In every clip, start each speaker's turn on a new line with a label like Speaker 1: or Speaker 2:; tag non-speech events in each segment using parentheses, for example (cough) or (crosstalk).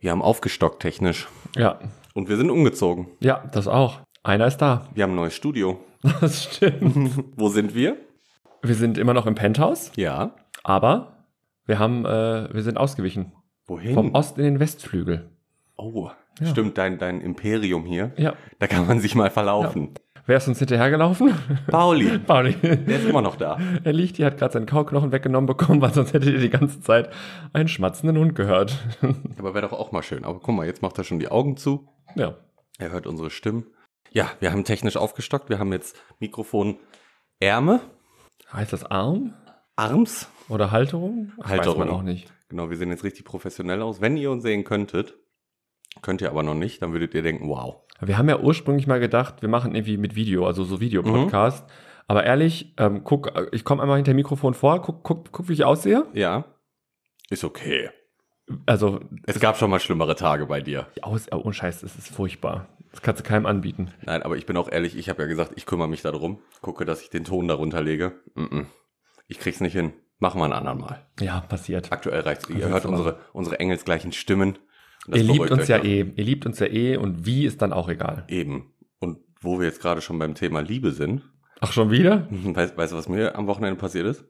Speaker 1: Wir haben aufgestockt technisch.
Speaker 2: Ja,
Speaker 1: Und wir sind umgezogen.
Speaker 2: ja, das auch. Einer ist da. (laughs)
Speaker 1: Wir haben ein neues (laughs) Studio.
Speaker 2: Das stimmt.
Speaker 1: Wo sind wir?
Speaker 2: Wir sind immer noch im Penthouse,
Speaker 1: Ja.
Speaker 2: aber wir haben, äh, wir sind ausgewichen.
Speaker 1: Wohin?
Speaker 2: Vom Ost in den Westflügel.
Speaker 1: oh,
Speaker 2: Ja.
Speaker 1: stimmt, dein, dein Imperium hier.
Speaker 2: Ja.
Speaker 1: Da kann man sich mal verlaufen.
Speaker 2: Wer ist uns hinterhergelaufen?
Speaker 1: Pauli,
Speaker 2: (laughs) Pauli.
Speaker 1: der (laughs) ist immer noch da.
Speaker 2: Er liegt, die hat gerade seinen Kauknochen weggenommen bekommen, weil sonst hättet ihr die ganze Zeit einen schmatzenden Hund gehört. (laughs)
Speaker 1: Aber wäre doch auch mal schön. Aber guck mal, jetzt macht er schon die Augen zu.
Speaker 2: ja.
Speaker 1: Er hört unsere Stimmen. Ja, wir haben technisch aufgestockt. Wir haben jetzt Mikrofon Ärme,
Speaker 2: Heißt das Arm
Speaker 1: Arms.
Speaker 2: oder Halterung? Weiß
Speaker 1: Halterung.
Speaker 2: man auch nicht.
Speaker 1: Genau, wir sehen jetzt richtig professionell aus. Wenn ihr uns sehen könntet, könnt ihr aber noch nicht, dann würdet ihr denken, wow.
Speaker 2: Wir haben ja ursprünglich mal gedacht, wir machen irgendwie mit Video, also so Videopodcast. Aber ehrlich, ähm, guck, äh, ich komme einmal hinter dem Mikrofon vor, guck, guck, guck, wie ich aussehe.
Speaker 1: Ja, ist okay.
Speaker 2: Also,
Speaker 1: Es gab schon mal schlimmere Tage bei dir.
Speaker 2: aus, oh, ohne Scheiß, das ist furchtbar. Das kannst du keinem anbieten.
Speaker 1: Nein, aber ich bin auch ehrlich, ich habe ja gesagt, ich kümmere mich darum, gucke, dass ich den Ton darunter lege. Mm-mm. Ich krieg's nicht hin. Machen wir einen anderen Mal.
Speaker 2: Ja, passiert.
Speaker 1: Aktuell reicht's. Ihr
Speaker 2: Also,
Speaker 1: hört
Speaker 2: so.
Speaker 1: unsere, unsere engelsgleichen Stimmen. Das
Speaker 2: ihr liebt
Speaker 1: beruhigt
Speaker 2: uns
Speaker 1: euch
Speaker 2: ja
Speaker 1: noch.
Speaker 2: eh. Ihr liebt uns ja eh und wie ist dann auch egal.
Speaker 1: Eben. Und wo wir jetzt gerade schon beim Thema Liebe sind, (laughs)
Speaker 2: Ach, schon wieder?
Speaker 1: weißt, weißt du, was mir am Wochenende passiert ist?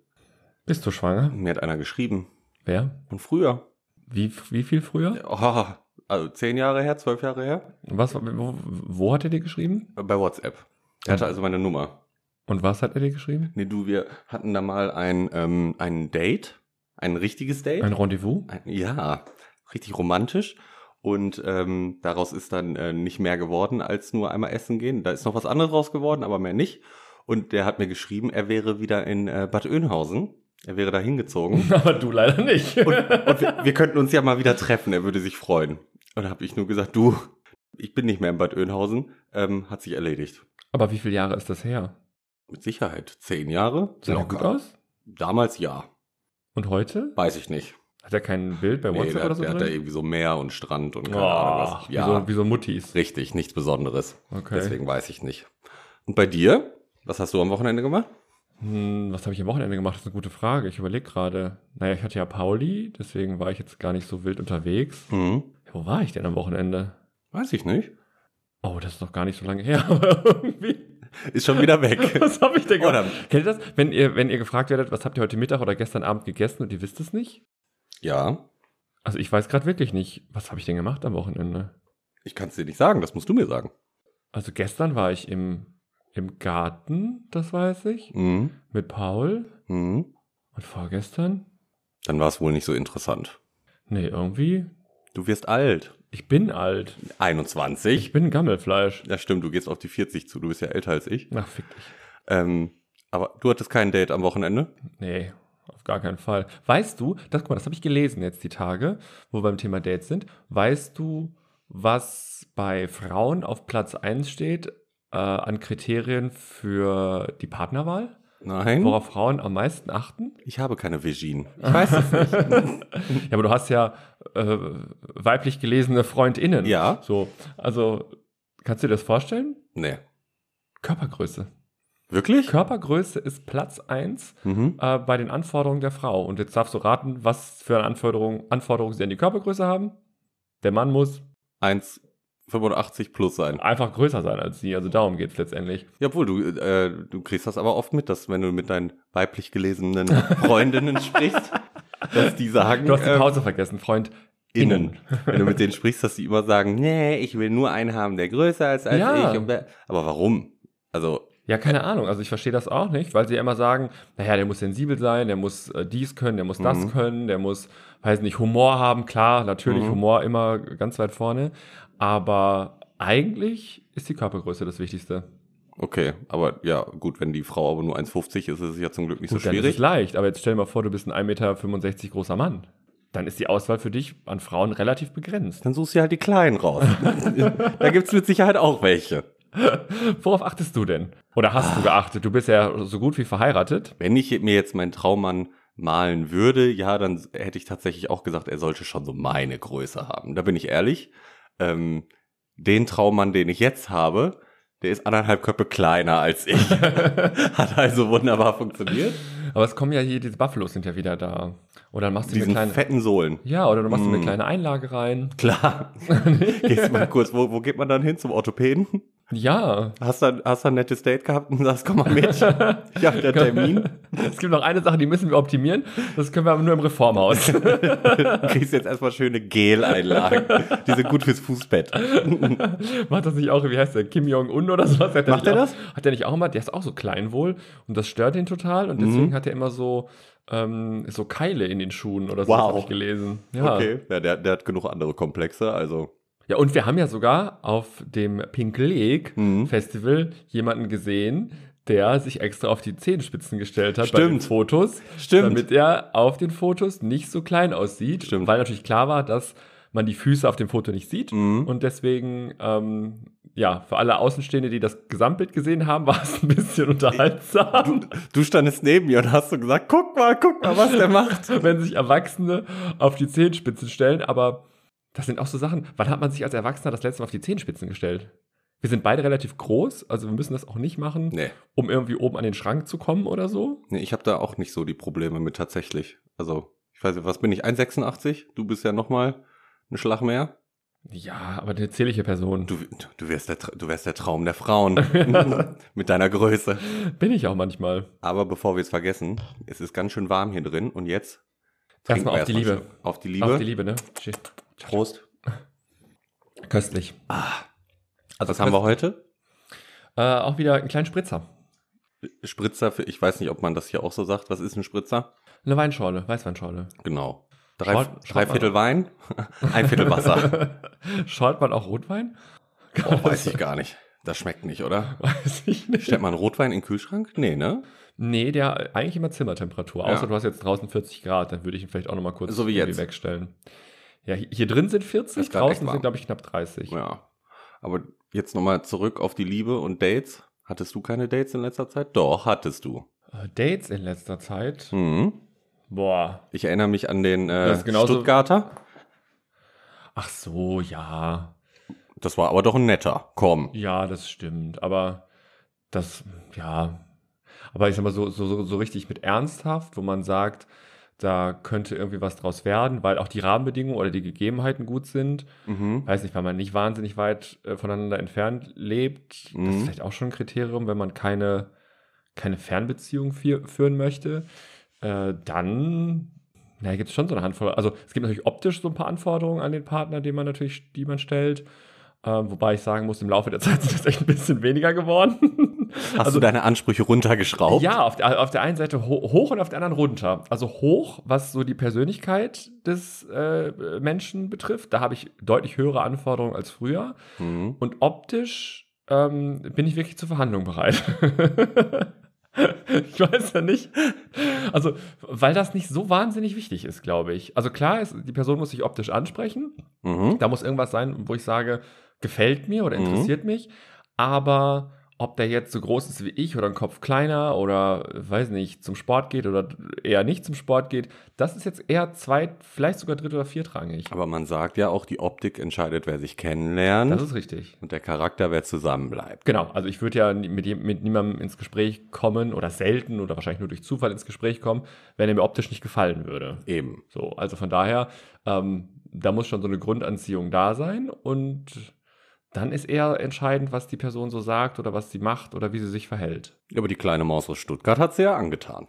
Speaker 2: Bist du schwanger?
Speaker 1: Mir hat einer geschrieben.
Speaker 2: Wer?
Speaker 1: Und früher.
Speaker 2: Wie, wie viel früher?
Speaker 1: Oh, also zehn Jahre her, zwölf Jahre her.
Speaker 2: Was, wo, wo hat er dir geschrieben?
Speaker 1: Bei WhatsApp. Er hatte
Speaker 2: Mhm.
Speaker 1: also meine Nummer.
Speaker 2: Und was hat er dir geschrieben?
Speaker 1: Nee, du, wir hatten da mal ein, ähm, ein Date. Ein richtiges Date.
Speaker 2: Ein Rendezvous? (laughs)
Speaker 1: Ein, ja, richtig romantisch. Und ähm, daraus ist dann äh, nicht mehr geworden, als nur einmal essen gehen. Da ist noch was anderes raus geworden, aber mehr nicht. Und der hat mir geschrieben, er wäre wieder in äh, Bad Oeynhausen. Er wäre da hingezogen.
Speaker 2: (laughs) Aber du leider nicht.
Speaker 1: Und, und wir, wir könnten uns ja mal wieder treffen, er würde sich freuen. Und da habe ich nur gesagt, du, ich bin nicht mehr in Bad Oeynhausen. Ähm, hat sich erledigt.
Speaker 2: (laughs) Aber wie viele Jahre ist das her?
Speaker 1: Mit Sicherheit. Zehn Jahre?
Speaker 2: Sah er gut aus?
Speaker 1: Damals ja.
Speaker 2: Und heute?
Speaker 1: Weiß ich nicht.
Speaker 2: Hat er kein Bild bei
Speaker 1: Nee,
Speaker 2: WhatsApp
Speaker 1: der,
Speaker 2: oder so
Speaker 1: der hat da
Speaker 2: drin?
Speaker 1: irgendwie so Meer und Strand und keine Ahnung
Speaker 2: Oh,
Speaker 1: was.
Speaker 2: wie, so, wie so Muttis.
Speaker 1: Richtig, nichts Besonderes.
Speaker 2: Okay.
Speaker 1: Deswegen weiß ich nicht. Und bei dir? Was hast du am Wochenende gemacht?
Speaker 2: Hm, was habe ich am Wochenende gemacht? Das ist eine gute Frage. Ich überlege gerade. Naja, ich hatte ja Pauli, deswegen war ich jetzt gar nicht so wild unterwegs.
Speaker 1: Hm.
Speaker 2: Wo war ich denn am Wochenende?
Speaker 1: Weiß ich nicht.
Speaker 2: Oh, das ist noch gar nicht so lange her. (laughs) aber irgendwie-
Speaker 1: Ist schon wieder (laughs) weg.
Speaker 2: was habe ich denn gemacht?
Speaker 1: Oder?
Speaker 2: Kennt ihr das? Wenn ihr, wenn ihr gefragt werdet, was habt ihr heute Mittag oder gestern Abend gegessen und ihr wisst es nicht?
Speaker 1: Ja,
Speaker 2: Also ich weiß gerade wirklich nicht, was habe ich denn gemacht am Wochenende?
Speaker 1: ich kann es dir nicht sagen, das musst du mir sagen.
Speaker 2: Also gestern war ich im, im Garten, das weiß ich,
Speaker 1: Hm.
Speaker 2: mit Paul.
Speaker 1: Hm.
Speaker 2: Und vorgestern?
Speaker 1: Dann war es wohl nicht so interessant.
Speaker 2: Nee, irgendwie.
Speaker 1: Du wirst alt.
Speaker 2: Ich bin alt. Ich
Speaker 1: 21.
Speaker 2: bin Gammelfleisch.
Speaker 1: Ja, stimmt, du gehst auf die 40 zu. Du bist ja älter als ich.
Speaker 2: Ach, fick dich.
Speaker 1: Ähm, aber du hattest kein Date am Wochenende?
Speaker 2: Nee, auf gar keinen Fall. Weißt du, das, guck mal, das habe ich gelesen jetzt die Tage, wo wir beim Thema Dates sind. Weißt du, was bei Frauen auf Platz 1 steht äh, an Kriterien für die Partnerwahl?
Speaker 1: Nein.
Speaker 2: Worauf Frauen am meisten achten?
Speaker 1: Ich habe keine Vagine. Ich weiß es nicht.
Speaker 2: (laughs)
Speaker 1: (laughs)
Speaker 2: Ja, aber du hast ja äh, weiblich gelesene
Speaker 1: (laughs)
Speaker 2: FreundInnen.
Speaker 1: Ja.
Speaker 2: So, also kannst du dir das vorstellen?
Speaker 1: nee.
Speaker 2: Körpergröße.
Speaker 1: Wirklich?
Speaker 2: Körpergröße ist Platz 1
Speaker 1: Mhm.
Speaker 2: äh, bei den Anforderungen der Frau. Und jetzt darfst du raten, was für eine Anforderung, Anforderung sie an die Körpergröße haben. Der Mann muss
Speaker 1: 1,85 plus sein.
Speaker 2: einfach größer sein als sie. Also darum geht es letztendlich.
Speaker 1: Ja, obwohl, du, äh, du kriegst das aber oft mit, dass wenn du mit deinen weiblich gelesenen (laughs) Freundinnen sprichst, dass die sagen,
Speaker 2: Du hast die
Speaker 1: ähm,
Speaker 2: Pause vergessen, Freund.
Speaker 1: innen. Wenn du mit denen sprichst, dass die immer sagen, nee, ich will nur einen haben, der größer ist als
Speaker 2: Ja.
Speaker 1: ich. Und wer- aber warum? Also,
Speaker 2: Ja, keine Ahnung. Also ich verstehe das auch nicht, weil sie ja immer sagen, naja, der muss sensibel sein, der muss äh, dies können, der muss das
Speaker 1: Mhm.
Speaker 2: können, der muss, weiß nicht, Humor haben. Klar, natürlich
Speaker 1: Mhm.
Speaker 2: Humor immer ganz weit vorne. Aber eigentlich ist die Körpergröße das Wichtigste.
Speaker 1: okay, aber ja, gut, wenn die Frau aber nur 1,50 ist, ist es ja zum Glück nicht
Speaker 2: Gut,
Speaker 1: so
Speaker 2: dann ist es
Speaker 1: schwierig.
Speaker 2: leicht, aber jetzt stell dir mal vor, du bist ein 1,65 Meter großer Mann. Dann ist die Auswahl für dich an Frauen relativ begrenzt.
Speaker 1: Dann suchst du halt die Kleinen raus. da gibt's mit Sicherheit auch welche.
Speaker 2: (laughs) Worauf achtest du denn? Oder hast du geachtet? Du bist ja so gut wie verheiratet.
Speaker 1: Wenn ich mir jetzt meinen Traummann malen würde, ja, dann hätte ich tatsächlich auch gesagt, er sollte schon so meine Größe haben. Da bin ich ehrlich. Ähm, den Traummann, den ich jetzt habe, der ist anderthalb Köpfe kleiner als ich. Hat also wunderbar funktioniert.
Speaker 2: Aber es kommen ja hier, diese Buffalos sind ja wieder da. Oder dann machst du dir eine
Speaker 1: Diesen
Speaker 2: kleine.
Speaker 1: fetten Sohlen.
Speaker 2: Ja, oder du machst dir eine
Speaker 1: Mm.
Speaker 2: kleine Einlage rein.
Speaker 1: Klar. Gehst mal kurz, wo, wo geht man dann hin? Zum Orthopäden?
Speaker 2: Ja. (laughs)
Speaker 1: Hast du hast du ein nettes Date gehabt und sagst, komm mal mit, ich habe den Termin.
Speaker 2: Es gibt noch eine Sache, die müssen wir optimieren. Das können wir aber nur im Reformhaus.
Speaker 1: Du kriegst jetzt erstmal schöne Gel-Einlagen. Die sind gut fürs Fußbett.
Speaker 2: Macht das nicht auch, wie heißt der, Kim Jong-un oder sowas? Hat
Speaker 1: Macht
Speaker 2: nicht
Speaker 1: er
Speaker 2: auch, Hat der nicht auch immer, der ist auch so klein wohl und das stört ihn total und deswegen
Speaker 1: Mhm.
Speaker 2: hat er immer so, ähm, so Keile in den Schuhen oder so,
Speaker 1: Wow.
Speaker 2: habe ich gelesen. Ja.
Speaker 1: Okay, ja, der, der hat genug andere Komplexe, also.
Speaker 2: ja, und wir haben ja sogar auf dem Pink Lake
Speaker 1: Mhm.
Speaker 2: Festival jemanden gesehen, der sich extra auf die Zehenspitzen gestellt hat bei den
Speaker 1: Stimmt.
Speaker 2: Fotos,
Speaker 1: Stimmt.
Speaker 2: damit er auf den Fotos nicht so klein aussieht,
Speaker 1: Stimmt.
Speaker 2: weil natürlich klar war, dass man die Füße auf dem Foto nicht sieht.
Speaker 1: Mhm.
Speaker 2: Und deswegen, ähm, ja, für alle Außenstehende, die das Gesamtbild gesehen haben, (laughs) war es ein bisschen unterhaltsam,
Speaker 1: Du standest neben mir und hast so gesagt, guck mal, guck mal, was der macht.
Speaker 2: (laughs) wenn sich Erwachsene auf die Zehenspitzen stellen. Aber das sind auch so Sachen. Wann hat man sich als Erwachsener das letzte Mal auf die Zehenspitzen gestellt? Wir sind beide relativ groß, also wir müssen das auch nicht machen,
Speaker 1: (laughs) Nee,
Speaker 2: um irgendwie oben an den Schrank zu kommen oder so.
Speaker 1: nee ich habe da auch nicht so die Probleme mit tatsächlich. Also, ich weiß nicht, was bin ich, 1,86? Du bist ja nochmal ein Schlag mehr.
Speaker 2: Ja, aber eine zierliche Person.
Speaker 1: Du, du, wärst der, Tra- du wärst der Traum der (laughs) Frauen mit deiner Größe.
Speaker 2: Bin ich auch manchmal.
Speaker 1: Aber bevor wir es vergessen, es ist ganz schön warm hier drin und jetzt trinken
Speaker 2: Erstmal
Speaker 1: wir
Speaker 2: auf die
Speaker 1: erstmal
Speaker 2: Liebe.
Speaker 1: Schluck. Auf die Liebe.
Speaker 2: Auf die Liebe, ne? Cheers.
Speaker 1: Prost.
Speaker 2: Köstlich.
Speaker 1: Also was haben wir heute?
Speaker 2: Äh, auch wieder einen kleinen Spritzer.
Speaker 1: Spritzer, für, ich weiß nicht, ob man das hier auch so sagt. Was ist ein Spritzer?
Speaker 2: Eine Weinschorle, Weißweinschorle.
Speaker 1: Genau. Drei,
Speaker 2: Schaut- schaut
Speaker 1: drei
Speaker 2: mal.
Speaker 1: Viertel Wein, (laughs) ein Viertel
Speaker 2: (laughs)
Speaker 1: Wasser.
Speaker 2: Schaut man auch Rotwein? Genau.
Speaker 1: Boah, (laughs) weiß ich gar nicht. Das schmeckt nicht, oder?
Speaker 2: Weiß ich nicht.
Speaker 1: Stellt man Rotwein in den Kühlschrank? Nee, ne?
Speaker 2: Nee, der eigentlich immer Zimmertemperatur.
Speaker 1: Ja.
Speaker 2: Außer du hast jetzt draußen 40 Grad, dann würde ich ihn vielleicht auch nochmal kurz
Speaker 1: So wie
Speaker 2: irgendwie
Speaker 1: jetzt.
Speaker 2: wegstellen. Ja, hi- hier drin sind 40,
Speaker 1: Ist grad echt
Speaker 2: draußen
Speaker 1: warm.
Speaker 2: sind, glaube ich, knapp 30.
Speaker 1: Ja. Aber jetzt nochmal zurück auf die Liebe und Dates. Hattest du keine Dates in letzter Zeit? Doch, hattest du.
Speaker 2: Äh, Dates in letzter Zeit.
Speaker 1: Mhm.
Speaker 2: Boah.
Speaker 1: Ich erinnere mich an den
Speaker 2: Das
Speaker 1: äh,
Speaker 2: ist genauso-
Speaker 1: Stuttgarter.
Speaker 2: Ach so, ja.
Speaker 1: Das war aber doch ein netter. Komm.
Speaker 2: Ja, das stimmt. Aber das, ja. Aber ich sag mal, so, so, so- so richtig mit ernsthaft, wo man sagt, da könnte irgendwie was draus werden, weil auch die Rahmenbedingungen oder die Gegebenheiten gut sind.
Speaker 1: Mhm.
Speaker 2: weiß nicht, weil man nicht wahnsinnig weit äh, voneinander entfernt lebt. Das
Speaker 1: Mhm.
Speaker 2: ist vielleicht auch schon ein Kriterium, wenn man keine, keine Fernbeziehung fie- führen möchte. Äh, dann na, gibt es schon so eine Handvoll. Also es gibt natürlich optisch so ein paar Anforderungen an den Partner, den man natürlich, die man stellt. Ähm, wobei ich sagen muss, im Laufe der Zeit sind das echt ein bisschen weniger geworden.
Speaker 1: Hast du deine Ansprüche runtergeschraubt?
Speaker 2: Also- Ja, auf der, auf der einen Seite ho hoch und auf der anderen runter. Also hoch, was so die Persönlichkeit des äh, Menschen betrifft. Da habe ich deutlich höhere Anforderungen als früher.
Speaker 1: Mhm.
Speaker 2: Und optisch ähm, bin ich wirklich zur Verhandlung bereit. (laughs) ich weiß ja nicht. Also, weil das nicht so wahnsinnig wichtig ist, glaube ich. Also klar, es, die Person muss sich optisch ansprechen.
Speaker 1: Mhm.
Speaker 2: Da muss irgendwas sein, wo ich sage, gefällt mir oder
Speaker 1: Mhm.
Speaker 2: interessiert mich. Aber ob der jetzt so groß ist wie ich oder ein Kopf kleiner oder weiß nicht, zum Sport geht oder eher nicht zum Sport geht, das ist jetzt eher zweit, vielleicht sogar dritt- oder viertrangig.
Speaker 1: Aber man sagt ja auch, die Optik entscheidet, wer sich kennenlernt
Speaker 2: Das ist richtig.
Speaker 1: und der Charakter, wer zusammenbleibt.
Speaker 2: Genau, also ich würde ja nie- mit, jem- mit niemandem ins Gespräch kommen oder selten oder wahrscheinlich nur durch Zufall ins Gespräch kommen, wenn er mir optisch nicht gefallen würde.
Speaker 1: Eben.
Speaker 2: So, also von daher, ähm, da muss schon so eine Grundanziehung da sein und dann ist eher entscheidend, was die Person so sagt oder was sie macht oder wie sie sich verhält.
Speaker 1: Aber die kleine Maus aus Stuttgart hat sie ja angetan.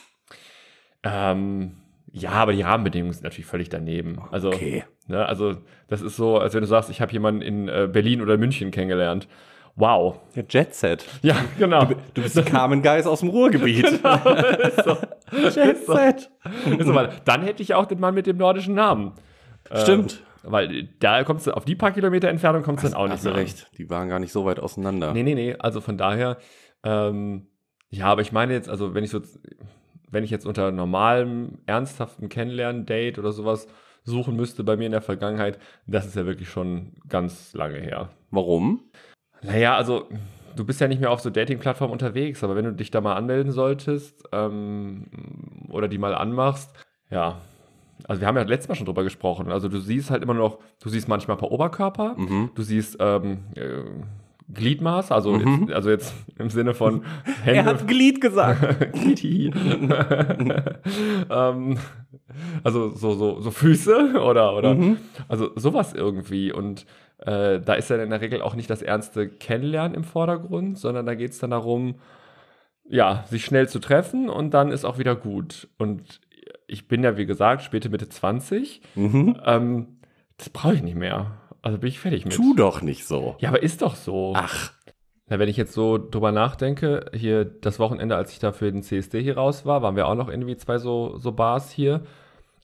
Speaker 2: Ähm, ja, aber die Rahmenbedingungen sind natürlich völlig daneben. Also,
Speaker 1: Okay.
Speaker 2: ne, also das ist so, als wenn du sagst, ich habe jemanden in äh, Berlin oder München kennengelernt. Wow. (laughs)
Speaker 1: Ja, Jet Set.
Speaker 2: Ja, genau.
Speaker 1: Du bist
Speaker 2: (laughs)
Speaker 1: die Carmen Geis aus dem Ruhrgebiet.
Speaker 2: (laughs)
Speaker 1: Jet Set. (laughs)
Speaker 2: Also, weil, dann hätte ich auch den Mann mit dem nordischen Namen.
Speaker 1: Äh, Stimmt.
Speaker 2: Ähm, weil da kommst du auf die paar Kilometer Entfernung kommst du dann auch nicht
Speaker 1: Hast du
Speaker 2: mehr an.
Speaker 1: recht. Die waren gar nicht so weit auseinander.
Speaker 2: Nee, nee, nee. Also von daher, ähm, ja, aber ich meine jetzt, also wenn ich so, wenn ich jetzt unter normalem, ernsthaften Kennenlernen, Date oder sowas suchen müsste bei mir in der Vergangenheit, das ist ja wirklich schon ganz lange her.
Speaker 1: Warum?
Speaker 2: Naja, also du bist ja nicht mehr auf so Dating-Plattformen unterwegs, aber wenn du dich da mal anmelden solltest ähm, oder die mal anmachst, ja. Also wir haben ja letztes Mal schon drüber gesprochen. Also du siehst halt immer noch, du siehst manchmal ein paar Oberkörper,
Speaker 1: Mhm.
Speaker 2: du siehst ähm, äh, Gliedmaß, also,
Speaker 1: Mhm.
Speaker 2: jetzt, also jetzt im Sinne von
Speaker 1: (laughs) Er
Speaker 2: Hände,
Speaker 1: hat Glied gesagt.
Speaker 2: (laughs) Kitty. (laughs) ähm, also so, so, so Füße oder, oder
Speaker 1: Mhm.
Speaker 2: also sowas irgendwie. Und äh, da ist ja in der Regel auch nicht das ernste Kennenlernen im Vordergrund, sondern da geht es dann darum, ja, sich schnell zu treffen und dann ist auch wieder gut. Und ich bin ja, wie gesagt, späte Mitte 20.
Speaker 1: Mhm.
Speaker 2: Ähm, das brauche ich nicht mehr. Also bin ich fertig mit.
Speaker 1: Tu Ah, doch nicht so.
Speaker 2: Ja, aber ist doch so.
Speaker 1: Ach.
Speaker 2: Na, wenn ich jetzt so drüber nachdenke, hier das Wochenende, als ich da für den CSD hier raus war, waren wir auch noch irgendwie zwei so, so Bars hier.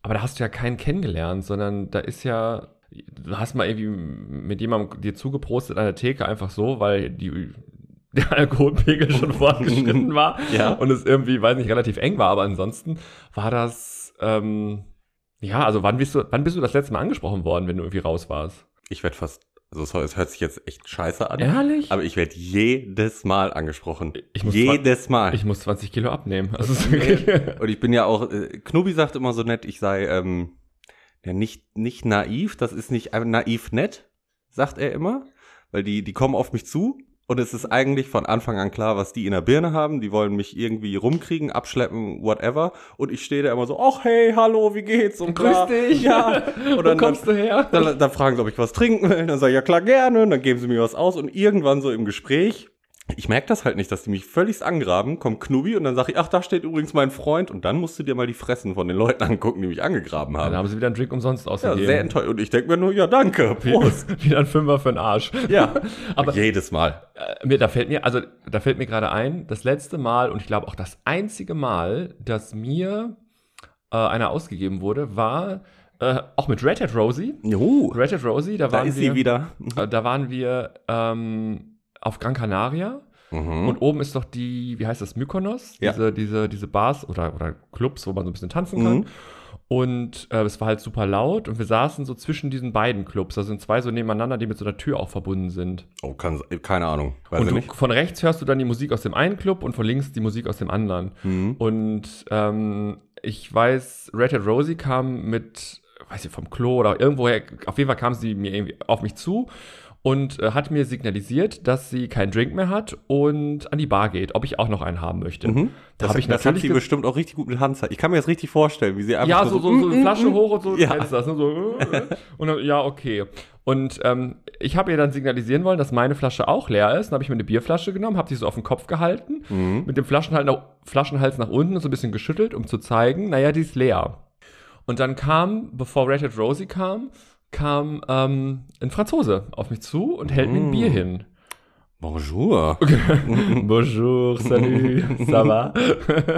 Speaker 2: Aber da hast du ja keinen kennengelernt, sondern da ist ja, du hast mal irgendwie mit jemandem dir zugeprostet an der Theke einfach so, weil die, (laughs) der Alkoholpegel schon fortgeschritten war
Speaker 1: Ja.
Speaker 2: und es irgendwie, weiß nicht, relativ eng war. Aber ansonsten war das, ähm, ja, also wann bist du, wann bist du das letzte Mal angesprochen worden, wenn du irgendwie raus warst?
Speaker 1: Ich werde fast, also sorry, es hört sich jetzt echt scheiße an,
Speaker 2: Ehrlich?
Speaker 1: aber ich werde jedes Mal angesprochen.
Speaker 2: Ich muss
Speaker 1: jedes Mal.
Speaker 2: Ich muss 20 Kilo abnehmen. Also es ist (laughs) wirklich.
Speaker 1: Und ich bin ja auch, äh, Knobi sagt immer so nett, ich sei ähm, ja, nicht, nicht naiv, das ist nicht äh, naiv nett, sagt er immer, weil die, die kommen auf mich zu und es ist eigentlich von Anfang an klar, was die in der Birne haben, die wollen mich irgendwie rumkriegen, abschleppen, whatever und ich stehe da immer so, ach hey, hallo, wie geht's und klar,
Speaker 2: dich. (laughs)
Speaker 1: Ja,
Speaker 2: Wo
Speaker 1: dann-
Speaker 2: kommst du her?
Speaker 1: dann, dann fragen sie, ob ich was trinken will. Dann sage ich, ja klar, gerne. Und dann geben sie mir was aus. Und irgendwann so im Gespräch, ich merke das halt nicht, dass die mich völlig angraben, kommt Knubi und dann sage ich, ach, da steht übrigens mein Freund. Und dann musst du dir mal die Fressen von den Leuten angucken, die mich angegraben
Speaker 2: Dann
Speaker 1: haben.
Speaker 2: haben sie wieder einen Drink umsonst
Speaker 1: Ja,
Speaker 2: ausgegeben.
Speaker 1: sehr enttäuscht. Und ich denke mir nur, ja, danke, Prost.
Speaker 2: (laughs) wieder ein Fünfer für den Arsch.
Speaker 1: Ja,
Speaker 2: Aber-
Speaker 1: jedes Mal.
Speaker 2: Äh, Mir, da fällt mir, also da fällt mir gerade ein, das letzte Mal und ich glaube auch das einzige Mal, dass mir äh, einer ausgegeben wurde, war äh, auch mit Red Hat Rosie.
Speaker 1: Juhu,
Speaker 2: Red Hat Rosie, da,
Speaker 1: da
Speaker 2: waren
Speaker 1: ist
Speaker 2: wir,
Speaker 1: sie wieder.
Speaker 2: Äh, da waren wir ähm, auf Gran Canaria.
Speaker 1: Mhm.
Speaker 2: Und oben ist doch die, wie heißt das, Mykonos?
Speaker 1: Ja.
Speaker 2: Diese, diese, diese Bars oder, oder Clubs, wo man so ein bisschen tanzen kann.
Speaker 1: Mhm.
Speaker 2: Und äh, es war halt super laut und wir saßen so zwischen diesen beiden Clubs. Da sind zwei so nebeneinander, die mit so einer Tür auch verbunden sind.
Speaker 1: Oh, kann, se- keine Ahnung. Weiß ich
Speaker 2: und du,
Speaker 1: nicht.
Speaker 2: von rechts hörst du dann die Musik aus dem einen Club und von links die Musik aus dem anderen.
Speaker 1: Mhm.
Speaker 2: Und ähm, ich weiß, Red Hat Rosie kam mit, weiß ich, vom Klo oder irgendwoher, auf jeden Fall kam sie mir irgendwie auf mich zu und äh, hat mir signalisiert, dass sie keinen Drink mehr hat und an die Bar geht, ob ich auch noch einen haben möchte.
Speaker 1: Mhm.
Speaker 2: Da
Speaker 1: Das,
Speaker 2: habe ich
Speaker 1: das hat
Speaker 2: natürlich
Speaker 1: sie
Speaker 2: ge-
Speaker 1: bestimmt auch richtig gut mit Hand. Ich kann mir das richtig vorstellen, wie sie einfach
Speaker 2: ja,
Speaker 1: nur
Speaker 2: so, so, so eine Flasche hoch und so,
Speaker 1: Ja.
Speaker 2: ja. kennst du das, ne? So, äh, äh. und dann, ja, okay. Und ähm, ich habe ihr dann signalisieren wollen, dass meine Flasche auch leer ist. Dann habe ich mir eine Bierflasche genommen, habe die so auf den Kopf gehalten, mit dem Flaschenhals nach, Flaschenhals nach unten und so ein bisschen geschüttelt, um zu zeigen, naja, die ist leer. Und dann kam, bevor Red Hat Rosie kam, kam ähm, ein Franzose auf mich zu und hält mir ein Bier hin.
Speaker 1: Bonjour.
Speaker 2: Bonjour, salut, ça va?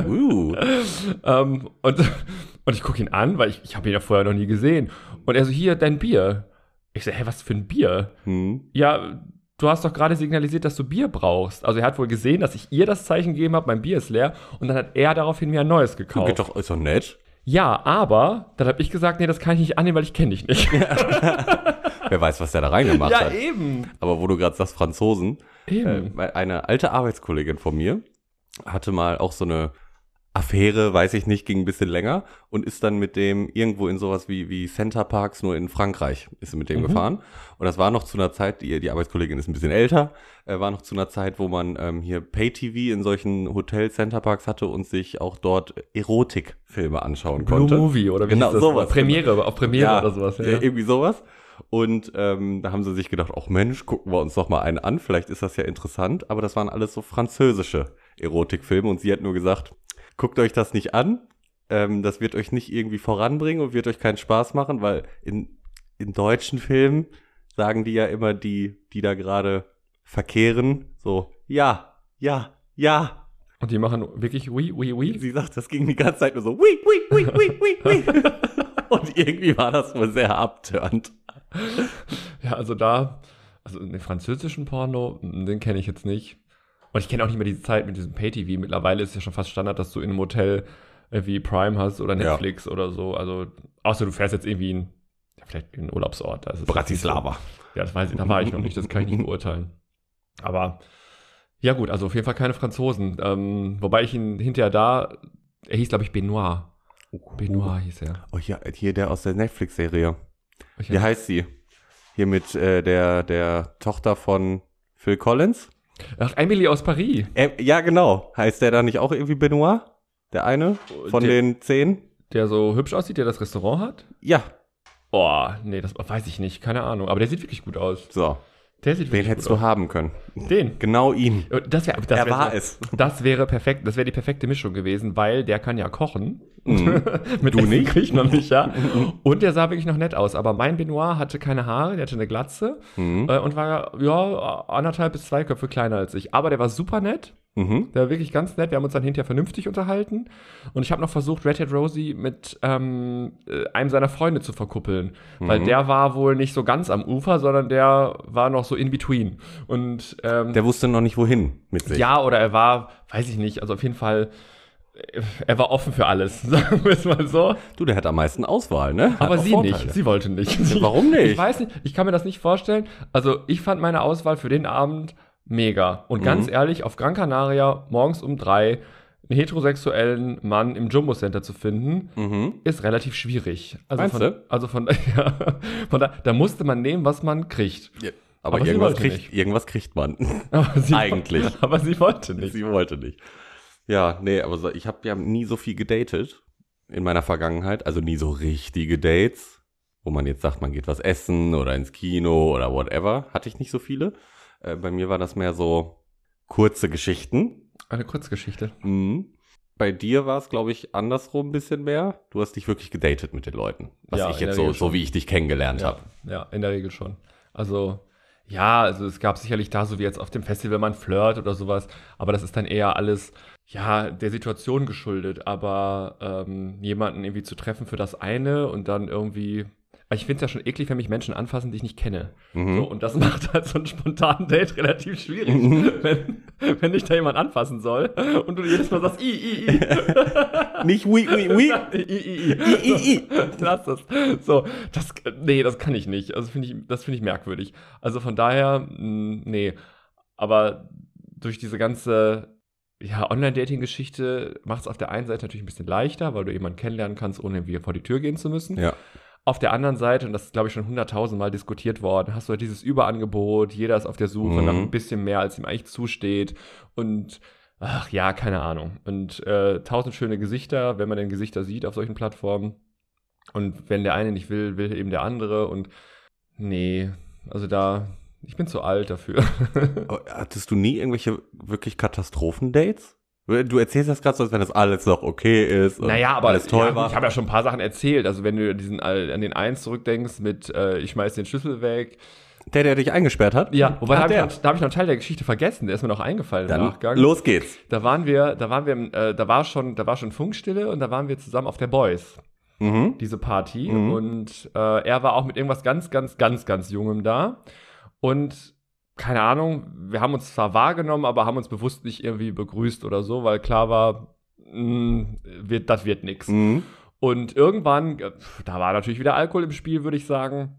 Speaker 1: Uh.
Speaker 2: (laughs) Ähm, und, (laughs) und ich gucke ihn an, weil ich, ich habe ihn ja vorher noch nie gesehen. Und er so, hier, dein Bier. Ich so, hä, was für ein Bier?
Speaker 1: Mhm.
Speaker 2: Ja, du hast doch gerade signalisiert, dass du Bier brauchst. Also er hat wohl gesehen, dass ich ihr das Zeichen gegeben habe, mein Bier ist leer. Und dann hat er daraufhin mir ein neues gekauft.
Speaker 1: Geht doch, ist doch nett.
Speaker 2: Ja, aber dann habe ich gesagt, nee, das kann ich nicht annehmen, weil ich kenne dich nicht.
Speaker 1: Wer weiß, was der da reingemacht
Speaker 2: (laughs)
Speaker 1: hat.
Speaker 2: eh. eben.
Speaker 1: Aber wo du gerade sagst, Franzosen, äh,
Speaker 2: Eben.
Speaker 1: weil eine alte Arbeitskollegin von mir hatte mal auch so eine Affäre, weiß ich nicht, ging ein bisschen länger und ist dann mit dem irgendwo in sowas wie, wie Centerparks, nur in Frankreich, ist sie mit dem gefahren. Und das war noch zu einer Zeit, die, die Arbeitskollegin ist ein bisschen älter, äh, war noch zu einer Zeit, wo man ähm, hier Pay-TV in solchen Hotel-Centerparks hatte und sich auch dort Erotikfilme anschauen
Speaker 2: Blue
Speaker 1: konnte.
Speaker 2: Movie oder wie
Speaker 1: Genau,
Speaker 2: hieß das?
Speaker 1: sowas.
Speaker 2: Premiere, auf Premiere oder sowas.
Speaker 1: Ja. Irgendwie sowas. Und ähm, da haben sie sich gedacht, ach Mensch, gucken wir uns doch mal einen an, vielleicht ist das ja interessant, aber das waren alles so französische Erotikfilme und sie hat nur gesagt, guckt euch das nicht an, ähm, das wird euch nicht irgendwie voranbringen und wird euch keinen Spaß machen, weil in, in deutschen Filmen sagen die ja immer die, die da gerade verkehren, so, ja, ja, ja.
Speaker 2: Und die machen wirklich oui, oui, oui.
Speaker 1: Sie sagt, das ging die ganze Zeit nur so, wii, wii, wii, wii, wii,
Speaker 2: (laughs)
Speaker 1: wii. Und irgendwie war das wohl sehr abtörend.
Speaker 2: Ja, also da, also den französischen Porno, m, den kenne ich jetzt nicht. Und ich kenne auch nicht mehr die Zeit mit diesem Pay-TV. Mittlerweile ist ja schon fast Standard, dass du in einem Hotel irgendwie Prime hast oder
Speaker 1: Ja.
Speaker 2: Netflix oder so. Also, außer du fährst jetzt irgendwie in, ja, vielleicht in einen Urlaubsort. Da ist es
Speaker 1: Bratislava.
Speaker 2: Ja, das weiß ich, da war ich noch nicht, das kann ich nicht beurteilen. Aber ja, gut, also auf jeden Fall keine Franzosen. Ähm, wobei ich ihn hinterher da, er hieß, glaube ich, Benoit. Benoit hieß er.
Speaker 1: Oh, hier, hier der aus der Netflix-Serie.
Speaker 2: Ich
Speaker 1: Wie heißt sie? Hier mit äh, der, der Tochter von Phil Collins?
Speaker 2: Ach, Emily aus Paris.
Speaker 1: Äh, ja, genau. Heißt der da nicht auch irgendwie Benoit? Der eine von
Speaker 2: Der-
Speaker 1: den zehn?
Speaker 2: Der so hübsch aussieht, der das Restaurant hat.
Speaker 1: Ja,
Speaker 2: Boah, nee, das weiß ich nicht. Keine Ahnung. Aber der sieht wirklich gut aus.
Speaker 1: so.
Speaker 2: Der sieht
Speaker 1: Den
Speaker 2: wirklich
Speaker 1: hättest
Speaker 2: gut
Speaker 1: du haben können.
Speaker 2: aus. Den. Äh,
Speaker 1: Genau ihn.
Speaker 2: Das wär, das
Speaker 1: er
Speaker 2: wär
Speaker 1: war
Speaker 2: so,
Speaker 1: es.
Speaker 2: Das wäre perfekt, das wäre die perfekte Mischung gewesen, weil der kann ja kochen.
Speaker 1: Mhm.
Speaker 2: (laughs) Mit
Speaker 1: Du
Speaker 2: Essen
Speaker 1: nicht? Mhm,
Speaker 2: Krieg ich noch nicht, ja. Und der sah wirklich noch nett aus. Aber mein Benoit hatte keine Haare, der hatte eine Glatze
Speaker 1: Mhm.
Speaker 2: äh, und war ja anderthalb bis zwei Köpfe kleiner als ich. Aber der war super nett.
Speaker 1: Mhm.
Speaker 2: Der war wirklich ganz nett. Wir haben uns dann hinterher vernünftig unterhalten. Und ich habe noch versucht, Red Hat Rosie mit ähm, äh, einem seiner Freunde zu verkuppeln. Weil der war wohl nicht so ganz am Ufer, sondern der war noch so in between. Und ähm,
Speaker 1: Der wusste noch nicht wohin mit sich.
Speaker 2: ja, oder er war, weiß ich nicht, also auf jeden Fall, äh, er war offen für alles, (laughs) sagen wir es mal so.
Speaker 1: Du, der hat am meisten Auswahl, ne? Hat
Speaker 2: Aber
Speaker 1: auch
Speaker 2: sie
Speaker 1: Vorteile.
Speaker 2: nicht, sie wollte nicht.
Speaker 1: (laughs)
Speaker 2: Sie,
Speaker 1: Warum
Speaker 2: ich
Speaker 1: nicht?
Speaker 2: weiß nicht, ich kann mir das nicht vorstellen. Also ich fand meine Auswahl für den Abend mega. Und ganz
Speaker 1: Mhm.
Speaker 2: ehrlich, auf Gran Canaria morgens um drei einen heterosexuellen Mann im Jumbo Center zu finden,
Speaker 1: Mhm.
Speaker 2: ist relativ schwierig. Also
Speaker 1: Meinst
Speaker 2: von,
Speaker 1: du?
Speaker 2: Also von, (laughs) ja, von da, da musste man nehmen, was man kriegt.
Speaker 1: Aber,
Speaker 2: Aber sie
Speaker 1: irgendwas,
Speaker 2: wollte
Speaker 1: kriegt, irgendwas kriegt man.
Speaker 2: Aber sie,
Speaker 1: Eigentlich.
Speaker 2: (laughs) Aber sie wollte nicht.
Speaker 1: sie wollte nicht. Ja, nee, aber so, ich habe ja nie so viel gedatet in meiner Vergangenheit. Also nie so richtige Dates, wo man jetzt sagt, man geht was essen oder ins Kino oder whatever. Hatte ich nicht so viele. Äh, bei mir war das mehr so kurze Geschichten.
Speaker 2: Eine Kurzgeschichte.
Speaker 1: Mhm. Bei dir war es, glaube ich, andersrum ein bisschen mehr. Du hast dich wirklich gedatet mit den Leuten. Was
Speaker 2: Ja,
Speaker 1: ich
Speaker 2: in der
Speaker 1: jetzt so,
Speaker 2: Regel schon.
Speaker 1: so wie ich dich kennengelernt
Speaker 2: Ja,
Speaker 1: habe.
Speaker 2: ja, in der Regel schon. Also, ja, also es gab sicherlich da, so wie jetzt auf dem Festival, man flirt oder sowas, aber das ist dann eher alles, ja, der Situation geschuldet, aber ähm, jemanden irgendwie zu treffen für das eine und dann irgendwie. Ich finde es ja schon eklig, wenn mich Menschen anfassen, die ich nicht kenne.
Speaker 1: Mhm.
Speaker 2: So, und das (laughs) macht halt so einen spontanen Date relativ schwierig, wenn, wenn dich da jemand anfassen soll und du jedes Mal sagst, i, i, i.
Speaker 1: Nicht wie, wie, wie.
Speaker 2: (laughs) I, I, I. Lass das. So, das, nee, das kann ich nicht. Also finde ich, das finde ich merkwürdig. Also von daher, mh, nee. Aber durch diese ganze ja, Online-Dating-Geschichte macht es auf der einen Seite natürlich ein bisschen leichter, weil du jemanden kennenlernen kannst, ohne irgendwie vor die Tür gehen zu müssen.
Speaker 1: Ja.
Speaker 2: Auf der anderen Seite, und das ist, glaube ich, schon hunderttausendmal diskutiert worden, hast du halt dieses Überangebot, jeder ist auf der Suche
Speaker 1: Mhm.
Speaker 2: nach ein bisschen mehr, als ihm eigentlich zusteht. Und ach ja, keine Ahnung. Und äh, tausend schöne Gesichter, wenn man denn Gesichter sieht auf solchen Plattformen. Und wenn der eine nicht will, will eben der andere. Und nee, also da, ich bin zu alt dafür. (laughs)
Speaker 1: Aber Oh, hattest du nie irgendwelche wirklich Katastrophendates? Du erzählst das gerade so, als wenn das alles noch okay ist. und
Speaker 2: Naja, aber
Speaker 1: alles Äh, toll
Speaker 2: ja,
Speaker 1: war.
Speaker 2: ich habe ja schon ein paar Sachen erzählt. Also wenn du diesen, äh, an den eins zurückdenkst mit, äh, ich schmeiß den Schlüssel weg,
Speaker 1: der, der dich eingesperrt hat?
Speaker 2: Ja, wobei da
Speaker 1: Ach,
Speaker 2: habe ich,
Speaker 1: der.
Speaker 2: noch- da hab ich noch einen Teil der Geschichte vergessen, der ist mir noch eingefallen im
Speaker 1: Dann
Speaker 2: Nachgang.
Speaker 1: los geht's.
Speaker 2: Da waren wir, da waren wir, im, äh, da war schon, da war schon Funkstille und da waren wir zusammen auf der Boys,
Speaker 1: Mhm.
Speaker 2: diese Party.
Speaker 1: Mhm.
Speaker 2: Und äh, er war auch mit irgendwas ganz, ganz, ganz, ganz Jungem da. Und keine Ahnung, wir haben uns zwar wahrgenommen, aber haben uns bewusst nicht irgendwie begrüßt oder so, weil klar war, mh, wird, das wird nix.
Speaker 1: Mhm.
Speaker 2: Und irgendwann, äh, pf, da war natürlich wieder Alkohol im Spiel, würde ich sagen,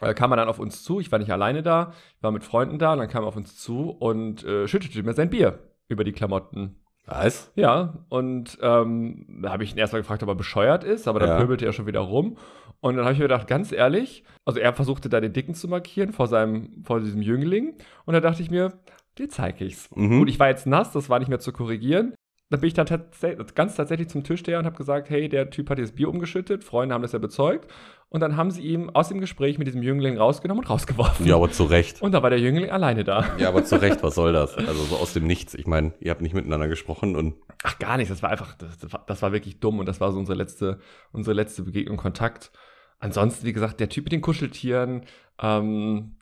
Speaker 2: äh, kam er dann auf uns zu. Ich war nicht alleine da, ich war mit Freunden da und dann kam er auf uns zu und äh, schüttete mir sein Bier über die Klamotten.
Speaker 1: Was?
Speaker 2: Ja, und ähm, da habe ich ihn erstmal gefragt, ob er bescheuert ist, aber dann
Speaker 1: Ja.
Speaker 2: pöbelte er schon wieder rum. Und dann habe ich mir gedacht, ganz ehrlich, also er versuchte da den Dicken zu markieren vor seinem, vor diesem Jüngling. Und da dachte ich mir, dir zeige ich's.
Speaker 1: Mhm.
Speaker 2: Gut, ich war jetzt nass, das war nicht mehr zu korrigieren. Dann bin ich dann tats ganz tatsächlich zum Tischsteher und habe gesagt, hey, der Typ hat dir das Bier umgeschüttet, Freunde haben das ja bezeugt. Und dann haben sie ihn aus dem Gespräch mit diesem Jüngling rausgenommen und rausgeworfen.
Speaker 1: Ja, aber zu Recht.
Speaker 2: Und da war der Jüngling alleine da.
Speaker 1: Ja, aber zu Recht, was soll das? Also so aus dem Nichts. Ich meine, ihr habt nicht miteinander gesprochen und
Speaker 2: Ach, gar nichts. Das war einfach, das, das war- das war wirklich dumm und das war so unsere letzte, unsere letzte Begegnung, Kontakt. Ansonsten, wie gesagt, der Typ mit den Kuscheltieren, ähm,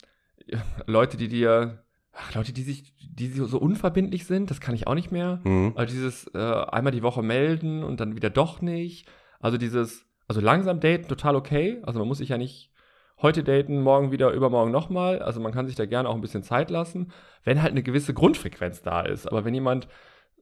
Speaker 2: Leute, die dir, ach, Leute, die sich, die so unverbindlich sind, das kann ich auch nicht mehr.
Speaker 1: mhm.
Speaker 2: Also dieses äh, einmal die Woche melden und dann wieder doch nicht. Also dieses, also langsam daten, total okay. Also man muss sich ja nicht heute daten, morgen wieder, übermorgen nochmal. Also man kann sich da gerne auch ein bisschen Zeit lassen, wenn halt eine gewisse Grundfrequenz da ist. Aber wenn jemand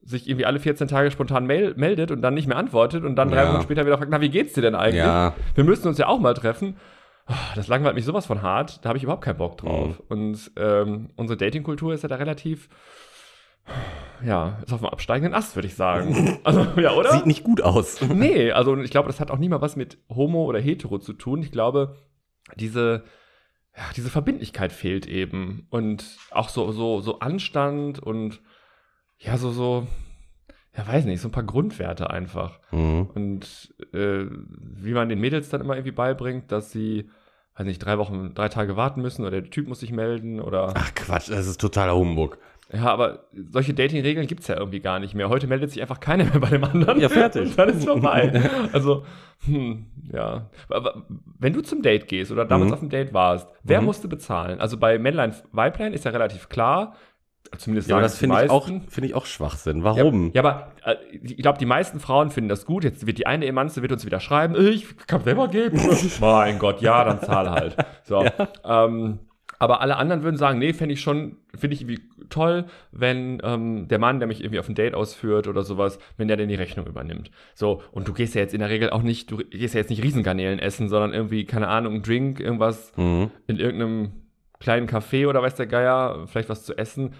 Speaker 2: sich irgendwie alle 14 Tage spontan mel meldet und dann nicht mehr antwortet und dann drei
Speaker 1: Ja.
Speaker 2: Wochen später wieder fragt, na, wie geht's dir denn eigentlich?
Speaker 1: ja,
Speaker 2: Wir müssen uns ja auch mal treffen. Ah, Das langweilt mich sowas von hart, da habe ich überhaupt keinen Bock drauf. Und ähm, unsere Dating-Kultur ist ja da relativ, ja, ist auf dem absteigenden Ast, würde ich sagen. Also, ja, oder?
Speaker 1: sieht nicht gut aus.
Speaker 2: Nee, also ich glaube, das hat auch nicht mal was mit Homo oder Hetero zu tun. Ich glaube, diese, ja, diese Verbindlichkeit fehlt eben. Und auch so, so, so Anstand und ja, so, so, ja, weiß nicht, so ein paar Grundwerte einfach.
Speaker 1: Mhm.
Speaker 2: Und äh, wie man den Mädels dann immer irgendwie beibringt, dass sie, weiß nicht, drei Wochen, drei Tage warten müssen oder der Typ muss sich melden oder.
Speaker 1: Ach Quatsch, das ist totaler Humbug.
Speaker 2: Ja, aber solche Dating-Regeln gibt's ja irgendwie gar nicht mehr. Heute meldet sich einfach keiner mehr bei dem anderen.
Speaker 1: Ja, fertig.
Speaker 2: Und (laughs) dann ist
Speaker 1: (laughs)
Speaker 2: vorbei. Also, hm, ja. Aber wenn du zum Date gehst oder damals
Speaker 1: Mhm.
Speaker 2: auf dem Date warst, wer
Speaker 1: Mhm.
Speaker 2: musste bezahlen? Also bei Männlein, Weiblein ist ja relativ klar. Zumindest
Speaker 1: Ja, aber
Speaker 2: sagen
Speaker 1: das
Speaker 2: es die
Speaker 1: finde ich, auch-
Speaker 2: meisten.
Speaker 1: finde ich auch Schwachsinn.
Speaker 2: Ja,
Speaker 1: Warum?
Speaker 2: ja, aber äh, ich glaube, die meisten Frauen finden das gut. Jetzt wird die eine Emanze wird uns wieder schreiben, ich kann selber geben. mein Gott, ja, dann zahl halt. So. Ähm, aber alle anderen würden sagen, nee, fände ich schon, finde ich irgendwie toll, wenn ähm, der Mann, der mich irgendwie auf ein Date ausführt oder sowas, wenn der denn die Rechnung übernimmt. So, und du gehst ja jetzt in der Regel auch nicht, du gehst ja jetzt nicht Riesengarnelen essen, sondern irgendwie, keine Ahnung, einen Drink, irgendwas
Speaker 1: Mhm.
Speaker 2: in irgendeinem kleinen Café oder weiß der Geier, vielleicht was zu essen.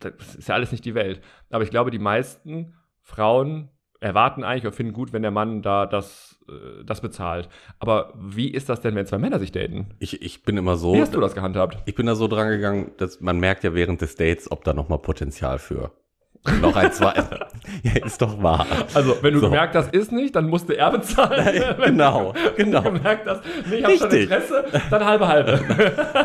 Speaker 2: Das ist ja alles nicht die Welt. Aber ich glaube, die meisten Frauen erwarten eigentlich oder finden gut, wenn der Mann da das, äh, das bezahlt. Aber wie ist das denn, wenn zwei Männer sich daten?
Speaker 1: Ich, ich bin immer so.
Speaker 2: Wie hast du das gehandhabt?
Speaker 1: Ich bin da so dran gegangen, dass man merkt ja während des Dates, ob da nochmal Potenzial für. Noch ein, zwei. (laughs) ja, ist doch wahr.
Speaker 2: Also, wenn du
Speaker 1: So.
Speaker 2: gemerkt hast, ist nicht, dann musste er bezahlen. (laughs) Wenn
Speaker 1: genau,
Speaker 2: du
Speaker 1: genau.
Speaker 2: gemerkt hast, nee, ich habe schon
Speaker 1: Richtig.
Speaker 2: Interesse, dann halbe
Speaker 1: (laughs)
Speaker 2: halbe.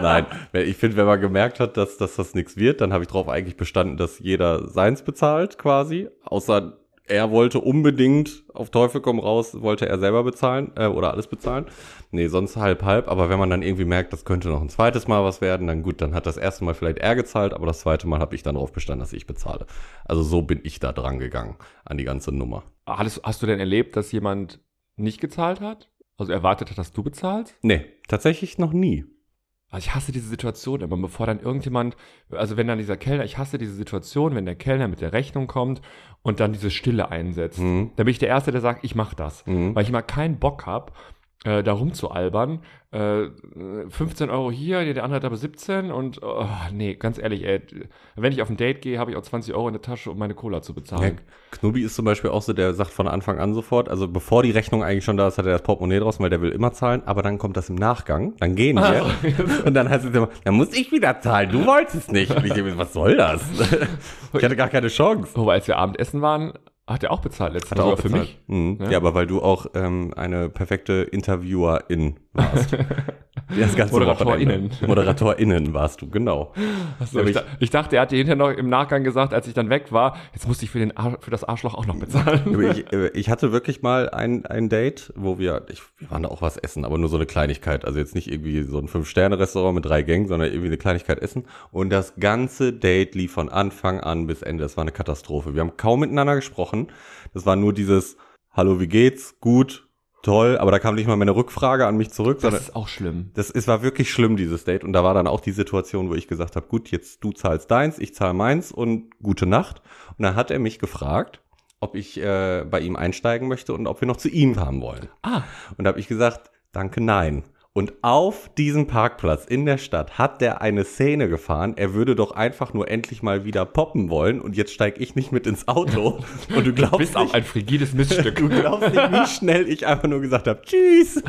Speaker 1: Nein, ich finde, wenn man gemerkt hat, dass, dass das nichts wird, dann habe ich darauf eigentlich bestanden, dass jeder seins bezahlt quasi. Außer er wollte unbedingt, auf Teufel komm raus, wollte er selber bezahlen äh, oder alles bezahlen. Nee, sonst halb, halb. Aber wenn man dann irgendwie merkt, das könnte noch ein zweites Mal was werden, dann gut, dann hat das erste Mal vielleicht er gezahlt, aber das zweite Mal habe ich dann darauf bestanden, dass ich bezahle. Also so bin ich da dran gegangen an die ganze Nummer.
Speaker 2: Hast, hast du denn erlebt, dass jemand nicht gezahlt hat? Also erwartet hat, dass du bezahlst?
Speaker 1: Nee, tatsächlich noch nie.
Speaker 2: Also ich hasse diese Situation immer, bevor dann irgendjemand, also wenn dann dieser Kellner, ich hasse diese Situation, wenn der Kellner mit der Rechnung kommt und dann diese Stille einsetzt.
Speaker 1: Mhm.
Speaker 2: Dann bin ich der Erste, der sagt, ich mach das.
Speaker 1: Mhm.
Speaker 2: Weil ich immer keinen Bock hab, äh, da rumzualbern. Äh, 15 Euro hier, der andere hat aber 17 und oh, nee, ganz ehrlich, ey, wenn ich auf ein Date gehe, habe ich auch 20 Euro in der Tasche, um meine Cola zu
Speaker 1: Ja,
Speaker 2: bezahlen.
Speaker 1: Knubi ist zum Beispiel auch so, der sagt von Anfang an sofort, also bevor die Rechnung eigentlich schon da ist, hat er das Portemonnaie draußen, weil der will immer zahlen, aber dann kommt das im Nachgang, dann gehen wir. (laughs) Und dann heißt es immer, dann muss ich wieder zahlen, du wolltest nicht. Und ich denke, mir, was soll
Speaker 2: (laughs)
Speaker 1: das? Ich hatte gar keine Chance.
Speaker 2: Wobei, als wir Abendessen waren, hat er auch bezahlt letztens.
Speaker 1: Hat er auch
Speaker 2: sogar für
Speaker 1: bezahlt.
Speaker 2: mich.
Speaker 1: Mhm.
Speaker 2: Ja.
Speaker 1: Ja. aber weil du auch ähm, eine perfekte Interviewerin
Speaker 2: (laughs)
Speaker 1: warst. Das ganze
Speaker 2: ModeratorInnen.
Speaker 1: Wochenende. ModeratorInnen warst du, genau.
Speaker 2: Achso,
Speaker 1: Ja,
Speaker 2: ich,
Speaker 1: aber
Speaker 2: da- ich dachte, er hat dir hinterher noch im Nachgang gesagt, als ich dann weg war, jetzt musste ich für, den Ar für das Arschloch auch noch bezahlen. (laughs)
Speaker 1: Aber ich, äh, ich hatte wirklich mal ein, ein Date, wo wir, ich, wir waren da auch was essen, aber nur so eine Kleinigkeit. Also jetzt nicht irgendwie so ein Fünf-Sterne-Restaurant mit drei Gängen, sondern irgendwie eine Kleinigkeit essen. Und das ganze Date lief von Anfang an bis Ende. Das war eine Katastrophe. Wir haben kaum miteinander gesprochen. Das war nur dieses, hallo, wie geht's? Gut, toll. Aber da kam nicht mal mehr eine Rückfrage an mich zurück, sondern
Speaker 2: ist auch schlimm.
Speaker 1: das es war wirklich schlimm, dieses Date. Und da war dann auch die Situation, wo ich gesagt habe, gut, jetzt du zahlst deins, ich zahle meins und gute Nacht. Und dann hat er mich gefragt, ob ich äh, bei ihm einsteigen möchte und ob wir noch zu ihm fahren wollen.
Speaker 2: Ah,
Speaker 1: Und da habe ich gesagt, danke, nein. Und auf diesem Parkplatz in der Stadt hat der eine Szene gefahren, er würde doch einfach nur endlich mal wieder poppen wollen und jetzt steige ich nicht mit ins
Speaker 2: (laughs)
Speaker 1: Auto. Und du
Speaker 2: du
Speaker 1: glaubst
Speaker 2: bist auch
Speaker 1: nicht,
Speaker 2: ein
Speaker 1: (laughs)
Speaker 2: frigides Missstück.
Speaker 1: Du glaubst nicht, wie schnell ich einfach nur gesagt habe, tschüss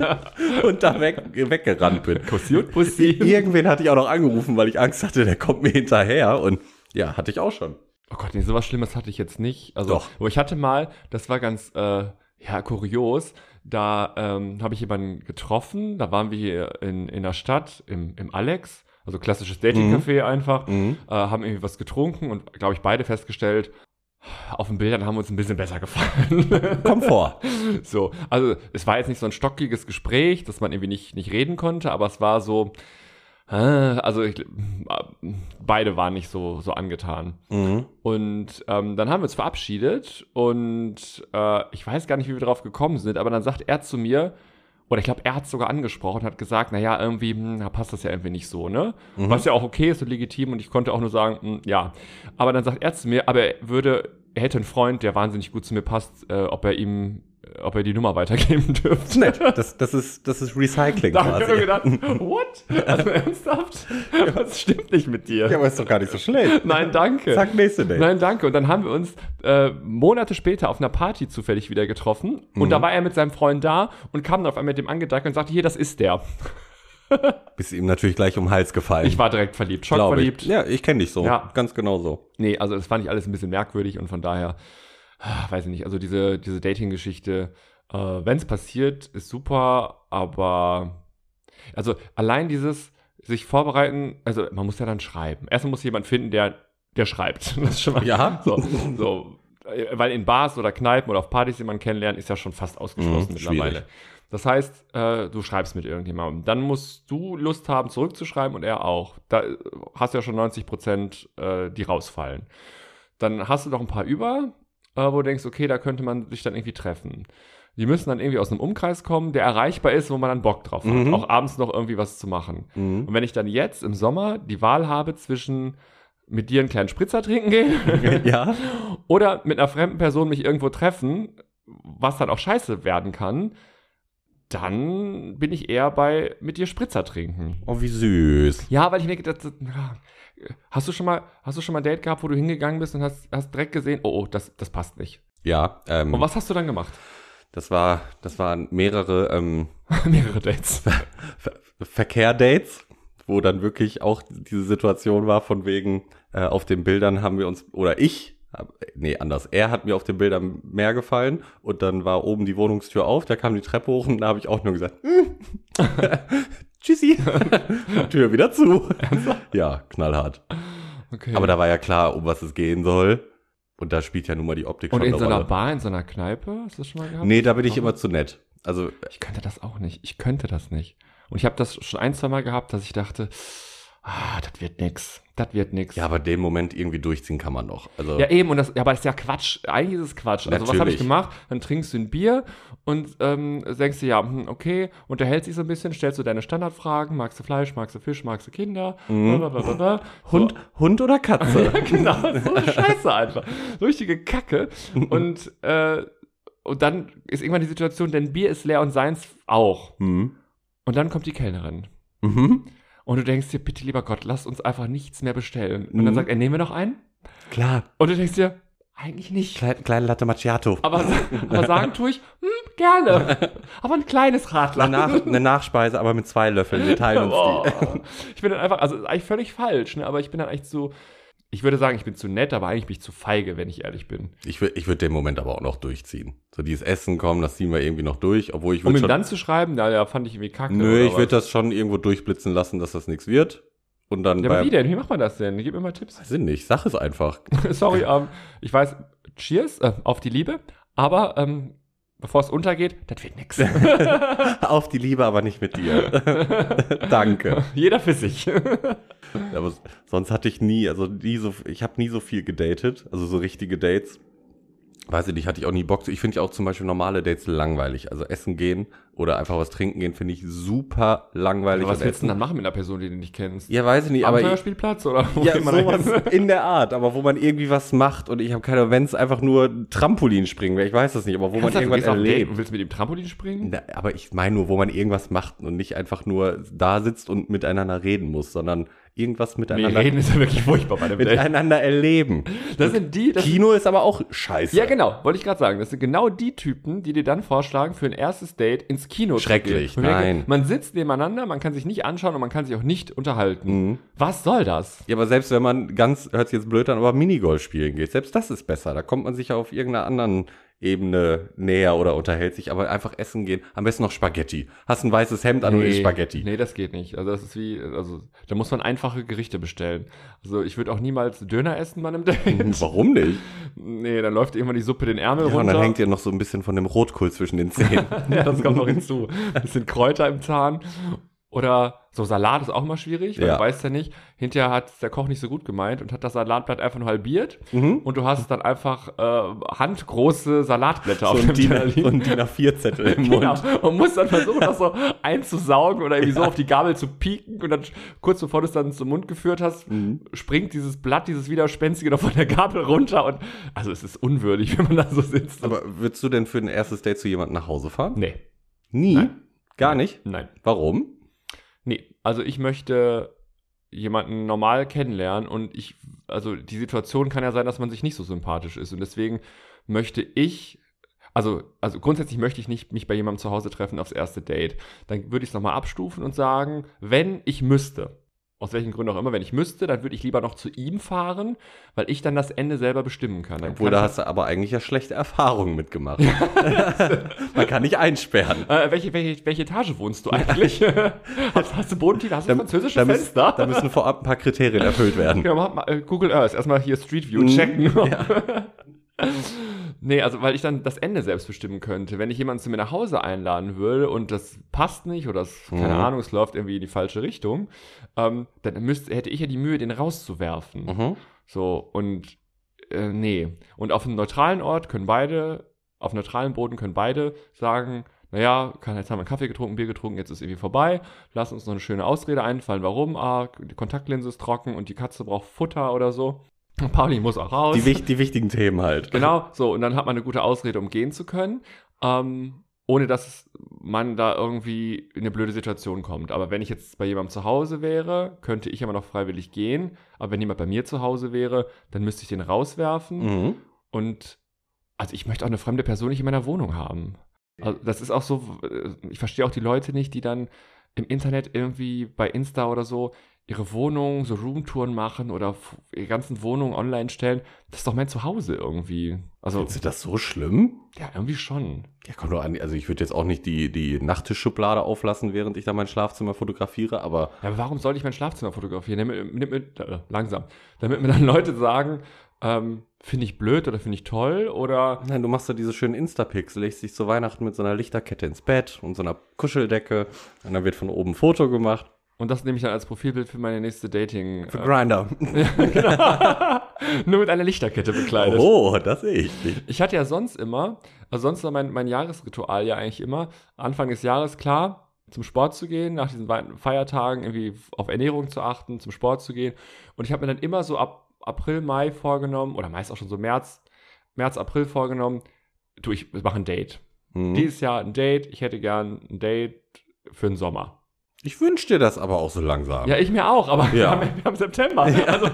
Speaker 1: und da weg, weggerannt bin.
Speaker 2: Kussi und Pussy.
Speaker 1: Irgendwen hatte ich auch noch angerufen, weil ich Angst hatte, der kommt mir hinterher. Und ja, hatte ich auch schon.
Speaker 2: Oh Gott, nee, sowas Schlimmes hatte ich jetzt nicht. Also,
Speaker 1: Doch.
Speaker 2: Aber ich hatte mal, das war ganz, äh, ja, kurios, da ähm, habe ich jemanden getroffen, da waren wir hier in, in der Stadt, im, im Alex, also klassisches
Speaker 1: Mhm.
Speaker 2: Dating-Café einfach. äh, haben irgendwie was getrunken und, glaube ich, beide festgestellt, auf den Bildern haben uns ein bisschen besser gefallen.
Speaker 1: Komfort.
Speaker 2: so, also es war jetzt nicht so ein stockiges Gespräch, dass man irgendwie nicht, nicht reden konnte, aber es war so, äh, also ich, beide waren nicht so, so angetan. Und ähm, dann haben wir uns verabschiedet und äh, ich weiß gar nicht, wie wir drauf gekommen sind, aber dann sagt er zu mir, oder ich glaube, er hat sogar angesprochen, hat gesagt, naja, irgendwie hm, da passt das ja irgendwie nicht so, ne?
Speaker 1: Mhm.
Speaker 2: Was ja auch okay ist und legitim und ich konnte auch nur sagen, hm, ja. Aber dann sagt er zu mir, aber er würde, er hätte einen Freund, der wahnsinnig gut zu mir passt, äh, ob er ihm, ob er die Nummer weitergeben (laughs) dürfte.
Speaker 1: Nett. Das, das, ist, das ist Recycling
Speaker 2: Da habe ich mir
Speaker 1: quasi. (laughs)
Speaker 2: gedacht, what? Also ernsthaft? Was stimmt nicht mit dir?
Speaker 1: Ja, aber ist doch gar nicht so schlecht.
Speaker 2: Nein, danke.
Speaker 1: Sag nächste Date.
Speaker 2: Nein, danke. Und dann haben wir uns äh, Monate später auf einer Party zufällig wieder
Speaker 1: Mhm. Mhm.
Speaker 2: getroffen. Und da war er mit seinem Freund da und kam dann auf einmal mit dem angedackt und sagte, hier, das ist der.
Speaker 1: Bist ihm natürlich gleich um den Hals gefallen.
Speaker 2: Ich war direkt verliebt,
Speaker 1: Glaub ich.
Speaker 2: schockverliebt.
Speaker 1: Ja, ich kenne dich so.
Speaker 2: Ja.
Speaker 1: Ganz genau so.
Speaker 2: Nee, also das fand ich alles ein bisschen merkwürdig und von daher, ah, weiß ich nicht, also diese, diese Dating-Geschichte, äh, wenn es passiert, ist super, aber also allein dieses sich vorbereiten, also man muss ja dann schreiben. Erstmal muss jemand finden, der, der schreibt. (laughs) Das ist schon mal
Speaker 1: Ja.
Speaker 2: so, so. Äh, Weil in Bars oder Kneipen oder auf Partys jemanden kennenlernen, ist ja schon fast ausgeschlossen
Speaker 1: Mhm,
Speaker 2: mittlerweile.
Speaker 1: schwierig.
Speaker 2: Das heißt, äh, du schreibst mit irgendjemandem. Dann musst du Lust haben, zurückzuschreiben und er auch. Da äh, hast du ja schon 90 Prozent, äh, die rausfallen. Dann hast du noch ein paar über, äh, wo du denkst, okay, da könnte man sich dann irgendwie treffen. Die müssen dann irgendwie aus einem Umkreis kommen, der erreichbar ist, wo man dann Bock drauf hat.
Speaker 1: Mhm.
Speaker 2: Auch abends noch irgendwie was zu machen.
Speaker 1: Mhm.
Speaker 2: Und wenn ich dann jetzt im Sommer die Wahl habe zwischen mit dir einen kleinen Spritzer
Speaker 1: (laughs)
Speaker 2: trinken gehen
Speaker 1: ja.
Speaker 2: oder mit einer fremden Person mich irgendwo treffen, was dann auch scheiße werden kann, dann bin ich eher bei mit dir Spritzer trinken.
Speaker 1: Oh, wie süß.
Speaker 2: Ja, weil ich mir gedacht das- ja. hast du schon mal hast du schon mal ein Date gehabt, wo du hingegangen bist und hast, hast direkt gesehen, oh, oh das, das passt nicht.
Speaker 1: Ja, ähm,
Speaker 2: Und was hast du dann gemacht? (laughs)
Speaker 1: das war, das waren mehrere ähm, (laughs)
Speaker 2: Mehrere Dates.
Speaker 1: Ver Verkehrdates, wo dann wirklich auch diese Situation war, von wegen, äh, auf den Bildern haben wir uns, oder ich, hab- nee, anders, er hat mir auf den Bildern mehr gefallen und dann war oben die Wohnungstür auf, da kam die Treppe hoch und da habe ich auch nur gesagt, "Hm." (laughs) tschüssi, (laughs) Tür wieder zu. Ja, knallhart.
Speaker 2: Okay.
Speaker 1: Aber da war ja klar, um was es gehen soll und da spielt ja nun mal die Optik
Speaker 2: und
Speaker 1: schon
Speaker 2: in so
Speaker 1: eine
Speaker 2: einer
Speaker 1: Rolle.
Speaker 2: Bar, in so einer Kneipe, hast du das schon mal gehabt?
Speaker 1: Nee, da bin ich immer zu nett. Also
Speaker 2: Ich könnte das auch nicht. Ich könnte das nicht. Und ich habe das schon ein, zwei Mal gehabt, dass ich dachte, ah, das wird nix. Das wird nix.
Speaker 1: Ja, aber den Moment irgendwie durchziehen kann man noch. Also,
Speaker 2: Ja, eben, und das, ja, aber das ist ja Quatsch. Eigentlich ist es Quatsch. Also, was habe
Speaker 1: Natürlich.
Speaker 2: ich gemacht? Dann trinkst du ein Bier und ähm, denkst dir, ja, hm, okay, unterhältst dich so ein bisschen, stellst du deine Standardfragen, magst du Fleisch, magst du Fisch, magst du Kinder,
Speaker 1: Mhm. (laughs)
Speaker 2: blablabla.
Speaker 1: Hund, Hund oder
Speaker 2: (laughs)
Speaker 1: Katze?
Speaker 2: Ja, genau, so eine Scheiße einfach. Richtige Kacke.
Speaker 1: Mhm.
Speaker 2: Und, äh, und dann ist irgendwann die Situation, dein Bier ist leer und seins auch.
Speaker 1: mhm.
Speaker 2: Und dann kommt die Kellnerin.
Speaker 1: Mhm.
Speaker 2: Und du denkst dir, bitte lieber Gott, lass uns einfach nichts mehr bestellen. Und
Speaker 1: Mhm.
Speaker 2: dann sagt er, nehmen wir noch einen?
Speaker 1: Klar,
Speaker 2: Und du denkst dir, eigentlich nicht.
Speaker 1: kleine, kleine Latte Macchiato.
Speaker 2: (laughs) Aber, aber sagen tue ich, hm, gerne. Aber ein kleines Radler.
Speaker 1: Eine, Nach eine Nachspeise, aber mit zwei Löffeln. Wir teilen uns die.
Speaker 2: Boah. Oh. Ich bin dann einfach, also ist eigentlich völlig falsch, ne? aber ich bin dann echt so, ich würde sagen, ich bin zu nett, aber eigentlich bin ich zu feige, wenn ich ehrlich bin.
Speaker 1: Ich, wür- ich würde den Moment aber auch noch durchziehen. So dieses Essen kommen, das ziehen wir irgendwie noch durch, obwohl ich
Speaker 2: Um
Speaker 1: würde
Speaker 2: ihm
Speaker 1: schon.
Speaker 2: dann zu schreiben, na ja, fand ich irgendwie kacke.
Speaker 1: nö,
Speaker 2: oder
Speaker 1: ich würde
Speaker 2: was.
Speaker 1: das schon irgendwo durchblitzen lassen, dass das nichts wird. Und dann
Speaker 2: Ja, aber
Speaker 1: bei.
Speaker 2: wie denn? Wie macht man das denn? Gib mir mal Tipps. (laughs)
Speaker 1: Weiß ich nicht, sag es einfach. (laughs)
Speaker 2: Sorry, ähm, ich weiß, cheers, äh, auf die Liebe, aber ähm, bevor es untergeht, das wird
Speaker 1: (laughs)
Speaker 2: nix. (laughs)
Speaker 1: Auf die Liebe, aber nicht mit dir. Danke.
Speaker 2: Jeder für sich.
Speaker 1: Aber s- sonst hatte ich nie, also nie so, ich habe nie so viel gedatet, also so richtige Dates. Weiß ich nicht, hatte ich auch nie Bock. zu. Ich finde ja auch zum Beispiel normale Dates langweilig. Also essen gehen oder einfach was trinken gehen finde ich super langweilig.
Speaker 2: was
Speaker 1: Und
Speaker 2: willst du
Speaker 1: essen-
Speaker 2: denn dann machen mit einer Person, die du nicht kennst?
Speaker 1: Ja, weiß ich nicht,
Speaker 2: Am
Speaker 1: aber
Speaker 2: Steuerspielplatz oder wo
Speaker 1: ja,
Speaker 2: geht man da hin?
Speaker 1: sowas in der Art, aber wo man irgendwie was macht und ich habe keine, wenn es einfach nur Trampolin springen wäre, ich weiß das nicht, aber wo man
Speaker 2: Ernsthaft, du
Speaker 1: irgendwas
Speaker 2: gehst auf ein Date
Speaker 1: erlebt.
Speaker 2: und Willst du mit dem Trampolin springen?
Speaker 1: Na, aber ich meine nur, wo man irgendwas macht und nicht einfach nur da sitzt und miteinander reden muss, sondern irgendwas
Speaker 2: Nee,
Speaker 1: miteinander
Speaker 2: reden ist ja wirklich furchtbar
Speaker 1: (laughs)
Speaker 2: bei dem Date.
Speaker 1: miteinander erleben.
Speaker 2: Das sind die, das
Speaker 1: Kino ist aber auch scheiße.
Speaker 2: ja genau, wollte ich gerade sagen. Das sind genau die Typen, die dir dann vorschlagen, für ein erstes Date ins Kino
Speaker 1: Schrecklich,
Speaker 2: zu gehen. Und ich denke,
Speaker 1: nein.
Speaker 2: Man sitzt nebeneinander, man kann sich nicht anschauen und man kann sich auch nicht
Speaker 1: Mhm.
Speaker 2: unterhalten. Was soll das?
Speaker 1: Ja, aber selbst wenn man ganz, hört sich jetzt blöd an, aber Minigolf spielen geht, selbst das ist besser. Da kommt man sich ja auf irgendeiner anderen Ebene näher oder unterhält sich, aber einfach essen gehen. Am besten noch Spaghetti. Hast ein weißes Hemd an und isst Spaghetti.
Speaker 2: Nee, das geht nicht. Also das ist wie, also da muss man einfache Gerichte bestellen. Also ich würde auch niemals Döner essen bei einem Date.
Speaker 1: Hm, Warum nicht?
Speaker 2: (laughs) nee, dann läuft irgendwann die Suppe den Ärmel
Speaker 1: Mhm. Ja, und
Speaker 2: runter.
Speaker 1: dann hängt ihr noch so ein bisschen von dem Rotkohl zwischen den Zähnen.
Speaker 2: Ja, das kommt noch hinzu. Ein bisschen Kräuter im Zahn. Oder so Salat ist auch mal schwierig, weil
Speaker 1: Ja.
Speaker 2: du weißt ja nicht, hinterher hat der Koch nicht so gut gemeint und hat das Salatblatt einfach nur halbiert (laughs)
Speaker 1: Mhm.
Speaker 2: und du hast dann einfach äh, handgroße Salatblätter
Speaker 1: so
Speaker 2: auf
Speaker 1: ein
Speaker 2: dem
Speaker 1: DIN,
Speaker 2: Teller
Speaker 1: so
Speaker 2: liegen.
Speaker 1: ein DIN A4-Zettel im Mund.
Speaker 2: Genau. Und musst dann versuchen,
Speaker 1: (laughs)
Speaker 2: das so einzusaugen oder irgendwie so auf die Gabel zu pieken und dann sch- kurz bevor du es dann zum Mund geführt hast, springt dieses Blatt, dieses Widerspenstige noch von der Gabel runter und also es ist unwürdig, (laughs) wenn man da so sitzt.
Speaker 1: Aber würdest du denn für ein erstes Date zu jemandem nach Hause fahren?
Speaker 2: nee,
Speaker 1: Nie?
Speaker 2: Nein.
Speaker 1: Gar nicht?
Speaker 2: nein.
Speaker 1: Warum?
Speaker 2: Nee, also ich möchte jemanden normal kennenlernen und ich, also die Situation kann ja sein, dass man sich nicht so sympathisch ist und deswegen möchte ich, Also, also grundsätzlich möchte ich nicht mich bei jemandem zu Hause treffen aufs erste Date. Dann würde ich es nochmal abstufen und sagen, wenn ich müsste, aus welchen Gründen auch immer, wenn ich müsste, dann würde ich lieber noch zu ihm fahren, weil ich dann das Ende selber bestimmen kann. Dann
Speaker 1: Obwohl,
Speaker 2: kann
Speaker 1: da
Speaker 2: ich-
Speaker 1: hast du aber eigentlich ja schlechte Erfahrungen (laughs) mitgemacht. Man kann nicht einsperren.
Speaker 2: Äh, welche, welche, welche Etage
Speaker 1: (laughs)
Speaker 2: wohnst du eigentlich? (laughs) hast, hast du Bodentiefer? Hast du französische
Speaker 1: da, müssen,
Speaker 2: Fenster?
Speaker 1: da müssen vorab ein paar Kriterien erfüllt werden.
Speaker 2: Genau, mach mal, äh, Google Earth, erstmal hier Street View
Speaker 1: Mhm,
Speaker 2: checken. (laughs) nee, also weil ich dann das Ende selbst bestimmen könnte. Wenn ich jemanden zu mir nach Hause einladen würde und das passt nicht oder das, keine
Speaker 1: Mhm.
Speaker 2: Ahnung, es läuft irgendwie in die falsche Richtung, ähm, dann müsste, hätte ich ja die Mühe, den rauszuwerfen.
Speaker 1: Mhm.
Speaker 2: So, und äh, nee. Und auf einem neutralen Ort können beide, auf neutralen Boden können beide sagen, naja, kann, jetzt haben wir einen Kaffee getrunken, Bier getrunken, jetzt ist irgendwie vorbei. Lass uns noch eine schöne Ausrede einfallen, warum. Ah, die Kontaktlinse ist trocken und die Katze braucht Futter oder so. Und Pauli muss auch raus.
Speaker 1: Die, wich- die wichtigen Themen halt. (laughs)
Speaker 2: Genau, so, und dann hat man eine gute Ausrede, um gehen zu können, ähm, ohne dass man da irgendwie in eine blöde Situation kommt. Aber wenn ich jetzt bei jemandem zu Hause wäre, könnte ich immer noch freiwillig gehen. Aber wenn jemand bei mir zu Hause wäre, dann müsste ich den rauswerfen.
Speaker 1: Mhm.
Speaker 2: Und also ich möchte auch eine fremde Person nicht in meiner Wohnung haben. Also das ist auch so, äh, ich verstehe auch die Leute nicht, die dann im Internet irgendwie bei Insta oder so ihre Wohnung, so Roomtouren machen oder f- ihre ganzen Wohnungen online stellen. Das ist doch mein Zuhause irgendwie. Also,
Speaker 1: Findest du das so schlimm?
Speaker 2: ja, irgendwie schon.
Speaker 1: Ja, komm doch an. Also ich würde jetzt auch nicht die, die Nachttischschublade auflassen, während ich da mein Schlafzimmer fotografiere, aber
Speaker 2: Ja, aber warum soll ich mein Schlafzimmer fotografieren? Damit, mit, mit, äh, langsam. Damit mir dann (laughs) Leute sagen, ähm, finde ich blöd oder finde ich toll oder
Speaker 1: nein, du machst ja diese schönen Instapics, legst dich zu Weihnachten mit so einer Lichterkette ins Bett und so einer Kuscheldecke und dann wird von oben ein Foto gemacht.
Speaker 2: und das nehme ich dann als Profilbild für meine nächste Dating.
Speaker 1: Für Grinder.
Speaker 2: (laughs) Genau. Nur mit einer Lichterkette bekleidet.
Speaker 1: Oh, (laughs) das sehe ich nicht.
Speaker 2: Ich hatte ja sonst immer, also sonst war mein, mein Jahresritual ja eigentlich immer, Anfang des Jahres klar, zum Sport zu gehen, nach diesen Wei- Feiertagen irgendwie auf Ernährung zu achten, zum Sport zu gehen. Und ich habe mir dann immer so ab April, Mai vorgenommen, oder meist auch schon so März, März, April vorgenommen, du, ich mache ein Date.
Speaker 1: Hm.
Speaker 2: Dieses Jahr ein Date, ich hätte gern ein Date für den Sommer.
Speaker 1: Ich wünsche dir das aber auch so langsam.
Speaker 2: Ja, ich mir auch, aber wir,
Speaker 1: Ja.
Speaker 2: haben, wir haben September. Also,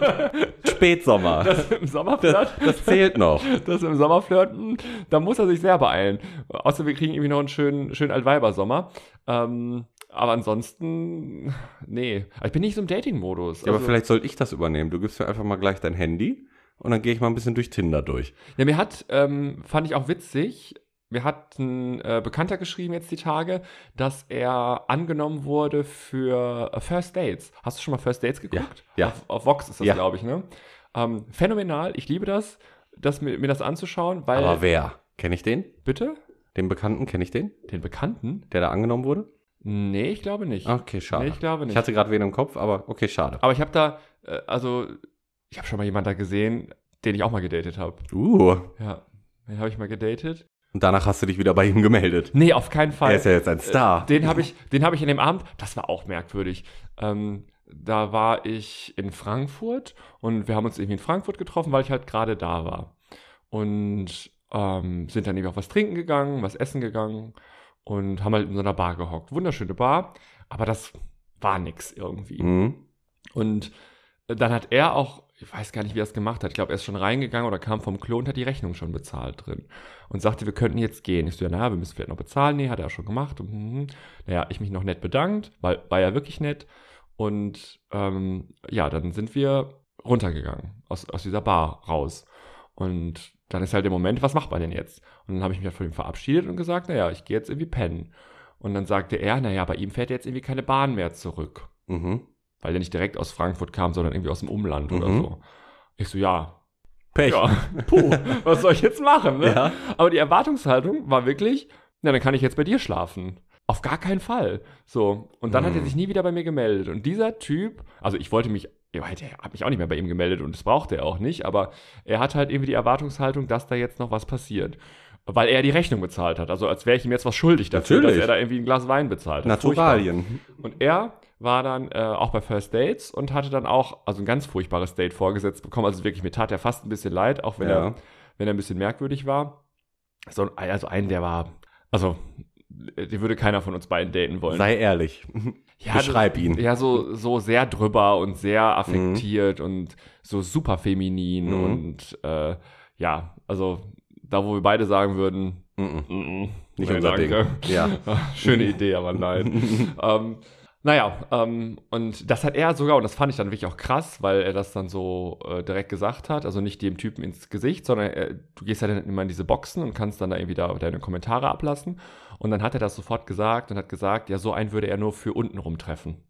Speaker 1: Spätsommer.
Speaker 2: das im Sommer
Speaker 1: das, das zählt noch.
Speaker 2: das im Sommer flirten, da muss er sich sehr beeilen. Außer wir kriegen irgendwie noch einen schönen, schönen Altweiber-Sommer. Ähm, aber ansonsten, nee. Ich bin nicht so im Dating-Modus.
Speaker 1: Ja, aber
Speaker 2: Also-
Speaker 1: vielleicht sollte ich das übernehmen. Du gibst mir einfach mal gleich dein Handy und dann gehe ich mal ein bisschen durch Tinder durch.
Speaker 2: Ja, mir hat, ähm, fand ich auch witzig, mir hat ein äh, Bekannter geschrieben jetzt die Tage, dass er angenommen wurde für äh, First Dates. Hast du schon mal First Dates geguckt?
Speaker 1: Ja, ja.
Speaker 2: Auf, auf Vox ist das,
Speaker 1: Ja.
Speaker 2: glaube ich, ne? Ähm, phänomenal, ich liebe das, das mir, mir das anzuschauen, weil.
Speaker 1: Aber wer? Kenne ich den?
Speaker 2: bitte?
Speaker 1: Den Bekannten kenne ich den?
Speaker 2: Den Bekannten?
Speaker 1: Der da angenommen wurde?
Speaker 2: Nee, ich glaube nicht.
Speaker 1: Okay, schade.
Speaker 2: Nee, ich glaube nicht.
Speaker 1: Ich hatte gerade wen im Kopf, aber okay, schade.
Speaker 2: Aber ich habe da, äh, also, ich habe schon mal jemanden da gesehen, den ich auch mal gedatet habe.
Speaker 1: Uh.
Speaker 2: Ja, den habe ich mal gedatet.
Speaker 1: Und danach hast du dich wieder bei ihm gemeldet.
Speaker 2: Nee, auf keinen Fall. Äh,
Speaker 1: Er ist ja jetzt ein Star.
Speaker 2: Den habe ich, den habe ich in dem Abend, das war auch merkwürdig. Ähm, da war ich in Frankfurt und wir haben uns irgendwie in Frankfurt getroffen, weil ich halt gerade da war. Und ähm, sind dann eben auch was trinken gegangen, was essen gegangen und haben halt in so einer Bar gehockt. Wunderschöne Bar, aber das war nix irgendwie.
Speaker 1: Mhm.
Speaker 2: Und äh, dann hat er auch, ich weiß gar nicht, wie er es gemacht hat. Ich glaube, er ist schon reingegangen oder kam vom Klo und hat die Rechnung schon bezahlt drin. Und sagte, wir könnten jetzt gehen. Ich so, ja, naja, wir müssen vielleicht noch bezahlen. Nee, hat er schon gemacht. Und, hm, hm. naja, ich mich noch nett bedankt, weil war ja wirklich nett. Und ähm, ja, dann sind wir runtergegangen, aus, aus dieser Bar raus. Und dann ist halt der Moment, was macht man denn jetzt? Und dann habe ich mich halt von ihm verabschiedet und gesagt, naja, ich gehe jetzt irgendwie pennen. Und dann sagte er, naja, bei ihm fährt jetzt irgendwie keine Bahn mehr zurück
Speaker 1: Mhm.
Speaker 2: weil der nicht direkt aus Frankfurt kam, sondern irgendwie aus dem Umland oder
Speaker 1: Mhm.
Speaker 2: so. Ich so, ja,
Speaker 1: Pech. (laughs)
Speaker 2: ja, puh, (laughs) was soll ich jetzt machen? Ne?
Speaker 1: Ja.
Speaker 2: Aber die Erwartungshaltung war wirklich, na, dann kann ich jetzt bei dir schlafen. Auf gar keinen Fall. So. Und dann hat er
Speaker 1: Mhm.
Speaker 2: sich nie wieder bei mir gemeldet. Und dieser Typ, also ich wollte mich, ich habe mich auch nicht mehr bei ihm gemeldet und das brauchte er auch nicht, aber er hat halt irgendwie die Erwartungshaltung, dass da jetzt noch was passiert. Weil er die Rechnung bezahlt hat. Also als wäre ich ihm jetzt was schuldig dafür,
Speaker 1: Natürlich.
Speaker 2: dass er da irgendwie ein Glas Wein bezahlt hat. Furchtbar.
Speaker 1: Naturalien.
Speaker 2: Und er war dann äh, auch bei First Dates und hatte dann auch also ein ganz furchtbares Date vorgesetzt bekommen. Also wirklich, mir tat er fast ein bisschen leid, auch wenn,
Speaker 1: Ja.
Speaker 2: er, wenn er ein bisschen merkwürdig war. So, ein- also einen, der war, also äh, den würde keiner von uns beiden daten wollen.
Speaker 1: Sei ehrlich.
Speaker 2: ja,
Speaker 1: beschreib
Speaker 2: das-
Speaker 1: ihn.
Speaker 2: Ja, so, so sehr drüber und sehr affektiert und so super feminin
Speaker 1: Mhm.
Speaker 2: und äh, ja, also da, wo wir beide sagen würden,
Speaker 1: Mhm.
Speaker 2: Mhm.
Speaker 1: Nicht unser Ding. Ja.
Speaker 2: (laughs) Schöne Idee,
Speaker 1: (laughs)
Speaker 2: aber nein. ähm, naja, ähm, und das hat er sogar, und das fand ich dann wirklich auch krass, weil er das dann so äh, direkt gesagt hat, also nicht dem Typen ins Gesicht, sondern äh, du gehst ja dann immer in diese Boxen und kannst dann da irgendwie da deine Kommentare ablassen. Und dann hat er das sofort gesagt und hat gesagt, ja, so einen würde er nur für untenrum treffen.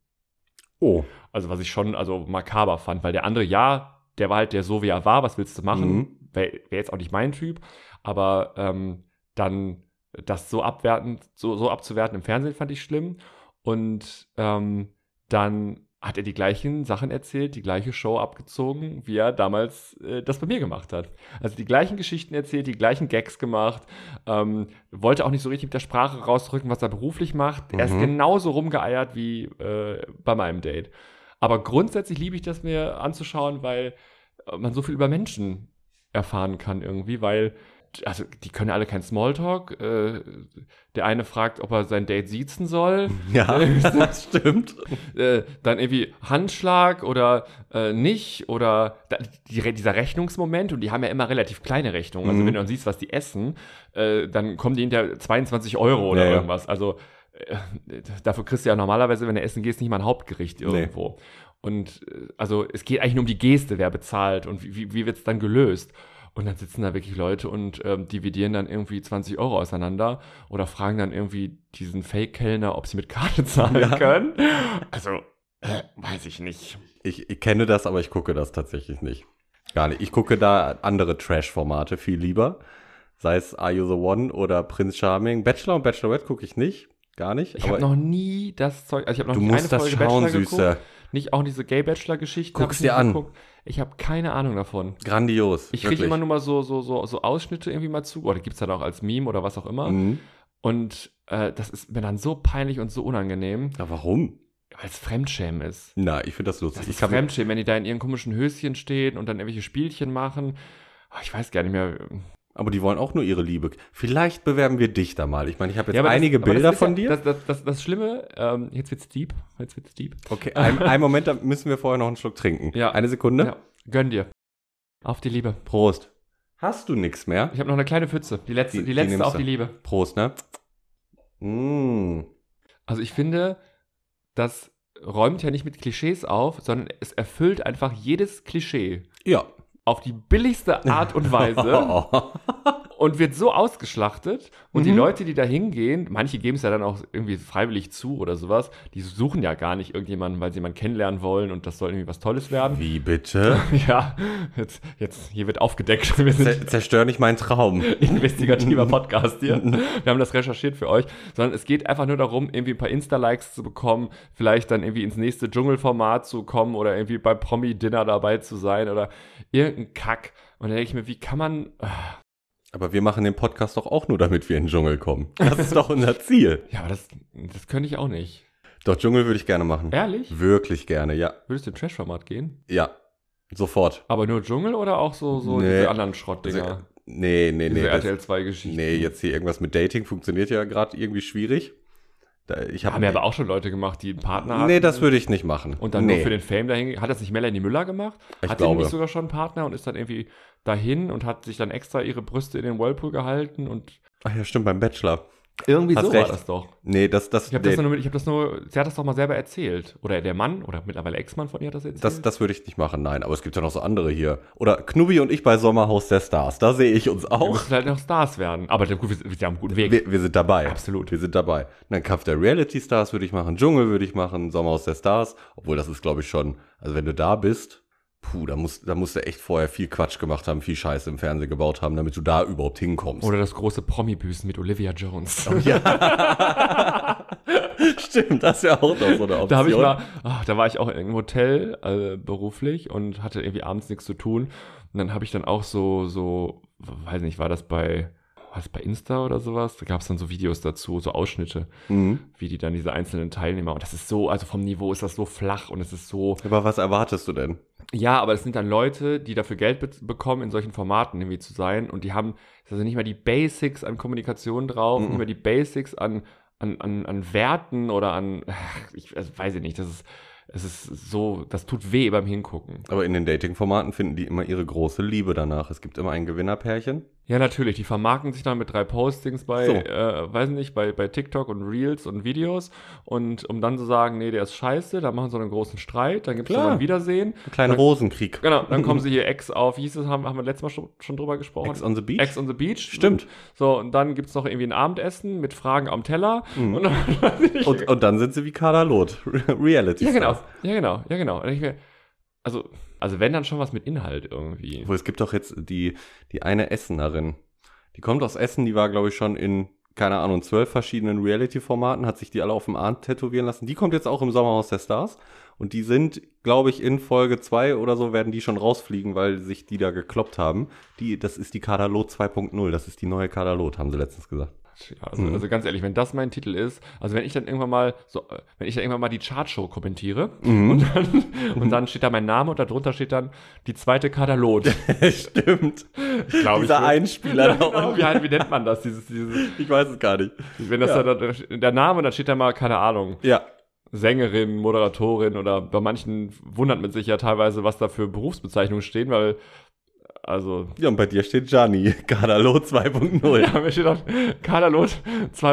Speaker 1: Oh.
Speaker 2: Also was ich schon also makaber fand, weil der andere, ja, der war halt der so, wie er war, was willst du machen?
Speaker 1: Mhm.
Speaker 2: Wäre wär jetzt auch nicht mein Typ, aber ähm, dann das so abwertend, so, so abzuwerten im Fernsehen fand ich schlimm. Und ähm, dann hat er die gleichen Sachen erzählt, die gleiche Show abgezogen, wie er damals äh, das bei mir gemacht hat. Also die gleichen Geschichten erzählt, die gleichen Gags gemacht, ähm, wollte auch nicht so richtig mit der Sprache rausdrücken, was er beruflich macht. Er ist
Speaker 1: Mhm.
Speaker 2: genauso rumgeeiert wie äh, bei meinem Date. Aber grundsätzlich liebe ich das mir anzuschauen, weil äh, man so viel über Menschen erfahren kann irgendwie, weil also die können alle kein Smalltalk. Äh, der eine fragt, ob er sein Date siezen soll.
Speaker 1: Ja, (laughs) das stimmt.
Speaker 2: Äh, dann irgendwie Handschlag oder äh, nicht oder da, die, dieser Rechnungsmoment und die haben ja immer relativ kleine Rechnungen. Also
Speaker 1: Mhm.
Speaker 2: wenn du dann siehst, was die essen, äh, dann kommen die hinter 22 Euro oder
Speaker 1: Ja, ja.
Speaker 2: irgendwas. Also äh, (laughs) dafür kriegst du ja normalerweise, wenn du essen gehst, nicht mal ein Hauptgericht irgendwo. Und äh, also es geht eigentlich nur um die Geste, wer bezahlt und wie, wie, wie wird es dann gelöst. Und dann sitzen da wirklich Leute und ähm, dividieren dann irgendwie 20 Euro auseinander oder fragen dann irgendwie diesen Fake-Kellner, ob sie mit Karte (laughs) zahlen
Speaker 1: Ja.
Speaker 2: können. Also, äh, weiß ich nicht.
Speaker 1: Ich, ich kenne das, aber ich gucke das tatsächlich nicht. Gar nicht. Ich gucke da andere Trash-Formate viel lieber. Sei es Are You the One oder Prince Charming. Bachelor und Bachelorette gucke ich nicht. Gar nicht.
Speaker 2: Ich habe noch nie das Zeug, also ich habe noch
Speaker 1: du
Speaker 2: nie
Speaker 1: musst das schauen,
Speaker 2: Bachelor
Speaker 1: Süßer.
Speaker 2: geguckt. Nicht auch diese Gay-Bachelor-Geschichten.
Speaker 1: Guck's
Speaker 2: hab ich
Speaker 1: dir
Speaker 2: nicht
Speaker 1: an.
Speaker 2: geguckt. Ich habe keine Ahnung davon.
Speaker 1: Grandios.
Speaker 2: Ich kriege immer nur mal so, so, so, so Ausschnitte irgendwie mal zu. Oder gibt's dann auch als Meme oder was auch immer.
Speaker 1: Mhm.
Speaker 2: Und äh, das ist mir dann so peinlich und so unangenehm,
Speaker 1: Ja, warum?
Speaker 2: weil es Fremdschämen ist.
Speaker 1: Na, ich finde das lustig.
Speaker 2: Das
Speaker 1: ich
Speaker 2: ist
Speaker 1: kann mir-
Speaker 2: Fremdschämen, wenn die da in ihren komischen Höschen stehen und dann irgendwelche Spielchen machen. Ah, Ich weiß gar nicht mehr.
Speaker 1: aber die wollen auch nur ihre Liebe. Vielleicht bewerben wir dich da mal. Ich meine, ich habe jetzt
Speaker 2: Ja, aber das-
Speaker 1: einige
Speaker 2: aber das
Speaker 1: Bilder
Speaker 2: ist
Speaker 1: von
Speaker 2: ja,
Speaker 1: dir.
Speaker 2: Das, das, das, das Schlimme, ähm, jetzt wird's deep. Jetzt wird's deep.
Speaker 1: okay, ein, einen Moment, da müssen wir vorher noch einen Schluck trinken.
Speaker 2: Ja.
Speaker 1: Eine Sekunde.
Speaker 2: Ja, gönn dir. Auf die Liebe.
Speaker 1: Prost. Hast du nichts mehr?
Speaker 2: Ich habe noch eine kleine Pfütze. Die letzte,
Speaker 1: Die-
Speaker 2: die,
Speaker 1: die
Speaker 2: letzte
Speaker 1: nimmst
Speaker 2: auf
Speaker 1: du.
Speaker 2: die Liebe.
Speaker 1: Prost, ne? Mm.
Speaker 2: Also ich finde, das räumt ja nicht mit Klischees auf, sondern es erfüllt einfach jedes Klischee
Speaker 1: Ja.
Speaker 2: auf die billigste Art und
Speaker 1: (laughs)
Speaker 2: Weise und wird so ausgeschlachtet. Und die
Speaker 1: Mhm.
Speaker 2: Leute, die da hingehen, manche geben es ja dann auch irgendwie freiwillig zu oder sowas, die suchen ja gar nicht irgendjemanden, weil sie jemanden kennenlernen wollen und das soll irgendwie was Tolles werden.
Speaker 1: Wie bitte?
Speaker 2: Ja, jetzt, jetzt hier wird aufgedeckt. (laughs) Wir sind
Speaker 1: Z zerstör nicht meinen Traum.
Speaker 2: investigativer
Speaker 1: (laughs)
Speaker 2: Podcast hier. Wir haben das recherchiert für euch, sondern es geht einfach nur darum, irgendwie ein paar Insta-Likes zu bekommen, vielleicht dann irgendwie ins nächste Dschungelformat zu kommen oder irgendwie bei Promi-Dinner dabei zu sein oder irgendein Kack. Und dann denke ich mir, wie kann man,
Speaker 1: Aber wir machen den Podcast doch auch nur, damit wir in den Dschungel kommen. Das ist doch unser Ziel.
Speaker 2: ja, aber das, das könnte ich auch nicht.
Speaker 1: Doch, Dschungel würde ich gerne machen.
Speaker 2: Ehrlich?
Speaker 1: Wirklich gerne, ja.
Speaker 2: Würdest du im Trash-Format gehen?
Speaker 1: Ja. Sofort.
Speaker 2: Aber nur Dschungel oder auch so, so
Speaker 1: Nee.
Speaker 2: diese anderen Schrottdinger?
Speaker 1: Also, nee, nee, nee.
Speaker 2: diese
Speaker 1: Das,
Speaker 2: RTL 2-Geschichten.
Speaker 1: nee, jetzt hier irgendwas mit Dating funktioniert ja gerade irgendwie schwierig. Da, ich hab,
Speaker 2: Haben ja aber auch schon Leute gemacht, die einen Partner hatten.
Speaker 1: Nee, das würde ich nicht machen.
Speaker 2: Und dann
Speaker 1: nee.
Speaker 2: nur für den Fame dahin. Hat das nicht Melanie Müller gemacht?
Speaker 1: Ich
Speaker 2: hat
Speaker 1: glaube.
Speaker 2: die nicht sogar schon einen Partner und ist dann irgendwie dahin und hat sich dann extra ihre Brüste in den Whirlpool gehalten und
Speaker 1: Ach ja, stimmt, beim Bachelor.
Speaker 2: irgendwie
Speaker 1: Hast
Speaker 2: so
Speaker 1: recht.
Speaker 2: war das doch.
Speaker 1: Nee, das, das,
Speaker 2: Ich habe
Speaker 1: nee,
Speaker 2: das nur, mit- ich hab das nur, sie hat das doch mal selber erzählt. Oder der Mann oder mittlerweile Ex-Mann von ihr hat das erzählt.
Speaker 1: Das, das würde ich nicht machen, nein. Aber es gibt ja noch so andere hier. Oder Knubi und ich bei Sommerhaus der Stars. Da sehe ich uns
Speaker 2: wir
Speaker 1: auch.
Speaker 2: müssen halt noch Stars werden. Aber gut, wir sind wir sind am guten Weg.
Speaker 1: Wir, wir sind dabei.
Speaker 2: Absolut.
Speaker 1: Wir sind dabei. Und dann Kampf der Reality Stars würde ich machen. Dschungel würde ich machen. Sommerhaus der Stars. Obwohl, das ist, glaube ich, schon. Also, wenn du da bist, puh, da musst, da musst du echt vorher viel Quatsch gemacht haben, viel Scheiße im Fernsehen gebaut haben, damit du da überhaupt hinkommst. (laughs)
Speaker 2: Oder das große Promi-Büßen mit Olivia Jones.
Speaker 1: (laughs) Stimmt, das wäre auch noch so eine Option.
Speaker 2: (laughs) Da habe ich mal, ach, da war ich auch in einem Hotel äh, beruflich und hatte irgendwie abends nichts zu tun. Und dann habe ich dann auch so, so, weiß nicht, war das bei, war das bei Insta oder sowas? Da gab es dann so Videos dazu, so Ausschnitte,
Speaker 1: Mhm.
Speaker 2: wie die dann diese einzelnen Teilnehmer. Und das ist so, also vom Niveau ist das so flach und es ist so.
Speaker 1: Aber was erwartest du denn?
Speaker 2: Ja, aber das sind dann Leute, die dafür Geld be bekommen, in solchen Formaten irgendwie zu sein. Und die haben also nicht mal die Basics an Kommunikation drauf,
Speaker 1: Mhm.
Speaker 2: nicht mal die Basics an, an, an, an Werten oder an, ach, ich also weiß ich nicht, das ist, es ist so, das tut weh beim Hingucken.
Speaker 1: Aber in den Dating-Formaten finden die immer ihre große Liebe danach. Es gibt immer ein Gewinnerpärchen.
Speaker 2: Ja, natürlich. Die vermarkten sich dann mit drei Postings bei,
Speaker 1: So.
Speaker 2: äh, weiß nicht, bei, bei TikTok und Reels und Videos. Und um dann zu sagen, nee, der ist scheiße, dann machen sie einen großen Streit, dann gibt es
Speaker 1: Klar.
Speaker 2: ein Wiedersehen.
Speaker 1: Ein kleiner Rosenkrieg.
Speaker 2: Genau, dann kommen
Speaker 1: (laughs)
Speaker 2: sie hier Ex auf, wie hieß es, haben, haben wir letztes Mal schon, schon drüber gesprochen.
Speaker 1: Ex on the Beach?
Speaker 2: Ex on the Beach. ne?
Speaker 1: Stimmt.
Speaker 2: So, und dann gibt es noch irgendwie ein Abendessen mit Fragen am Teller. Und,
Speaker 1: Mhm. Hm. Und, äh, und dann sind sie wie Kader Loth. (laughs) Reality
Speaker 2: ja, genau.
Speaker 1: Stars.
Speaker 2: Ja, genau. Ja, genau. Und ich mir, also, also, wenn dann schon was mit Inhalt irgendwie.
Speaker 1: Obwohl, es gibt doch jetzt die, die eine Essenerin. Die kommt aus Essen, die war, glaube ich, schon in, keine Ahnung, zwölf verschiedenen Reality-Formaten, hat sich die alle auf dem Arm tätowieren lassen. Die kommt jetzt auch im Sommerhaus der Stars. Und die sind, glaube ich, in Folge zwei oder so werden die schon rausfliegen, weil sich die da gekloppt haben. Die, das ist die Kadalot 2.0, das ist die neue Kadalot, haben sie letztens (laughs) gesagt.
Speaker 2: Ja,
Speaker 1: Hm.
Speaker 2: also, also ganz ehrlich, wenn das mein Titel ist, also wenn ich dann irgendwann mal so, äh, wenn ich dann irgendwann mal die Chartshow kommentiere
Speaker 1: Mhm.
Speaker 2: und, dann, und dann steht da mein Name und darunter steht dann die
Speaker 1: (laughs)
Speaker 2: zweite Katalot.
Speaker 1: Stimmt.
Speaker 2: Glaub
Speaker 1: Dieser
Speaker 2: ich.
Speaker 1: Einspieler da
Speaker 2: Genau, wie, halt- wie nennt man das? Dieses, dieses,
Speaker 1: Ich weiß es gar nicht.
Speaker 2: wenn das
Speaker 1: Ja.
Speaker 2: da, da, der Name und dann steht da mal, keine Ahnung,
Speaker 1: Ja.
Speaker 2: Sängerin, Moderatorin oder bei manchen wundert man sich ja teilweise, was da für Berufsbezeichnungen stehen, weil, also, (laughs)
Speaker 1: Ja, und bei dir steht Gianni, Kadalot 2.0.
Speaker 2: ja, mir steht dann Katalot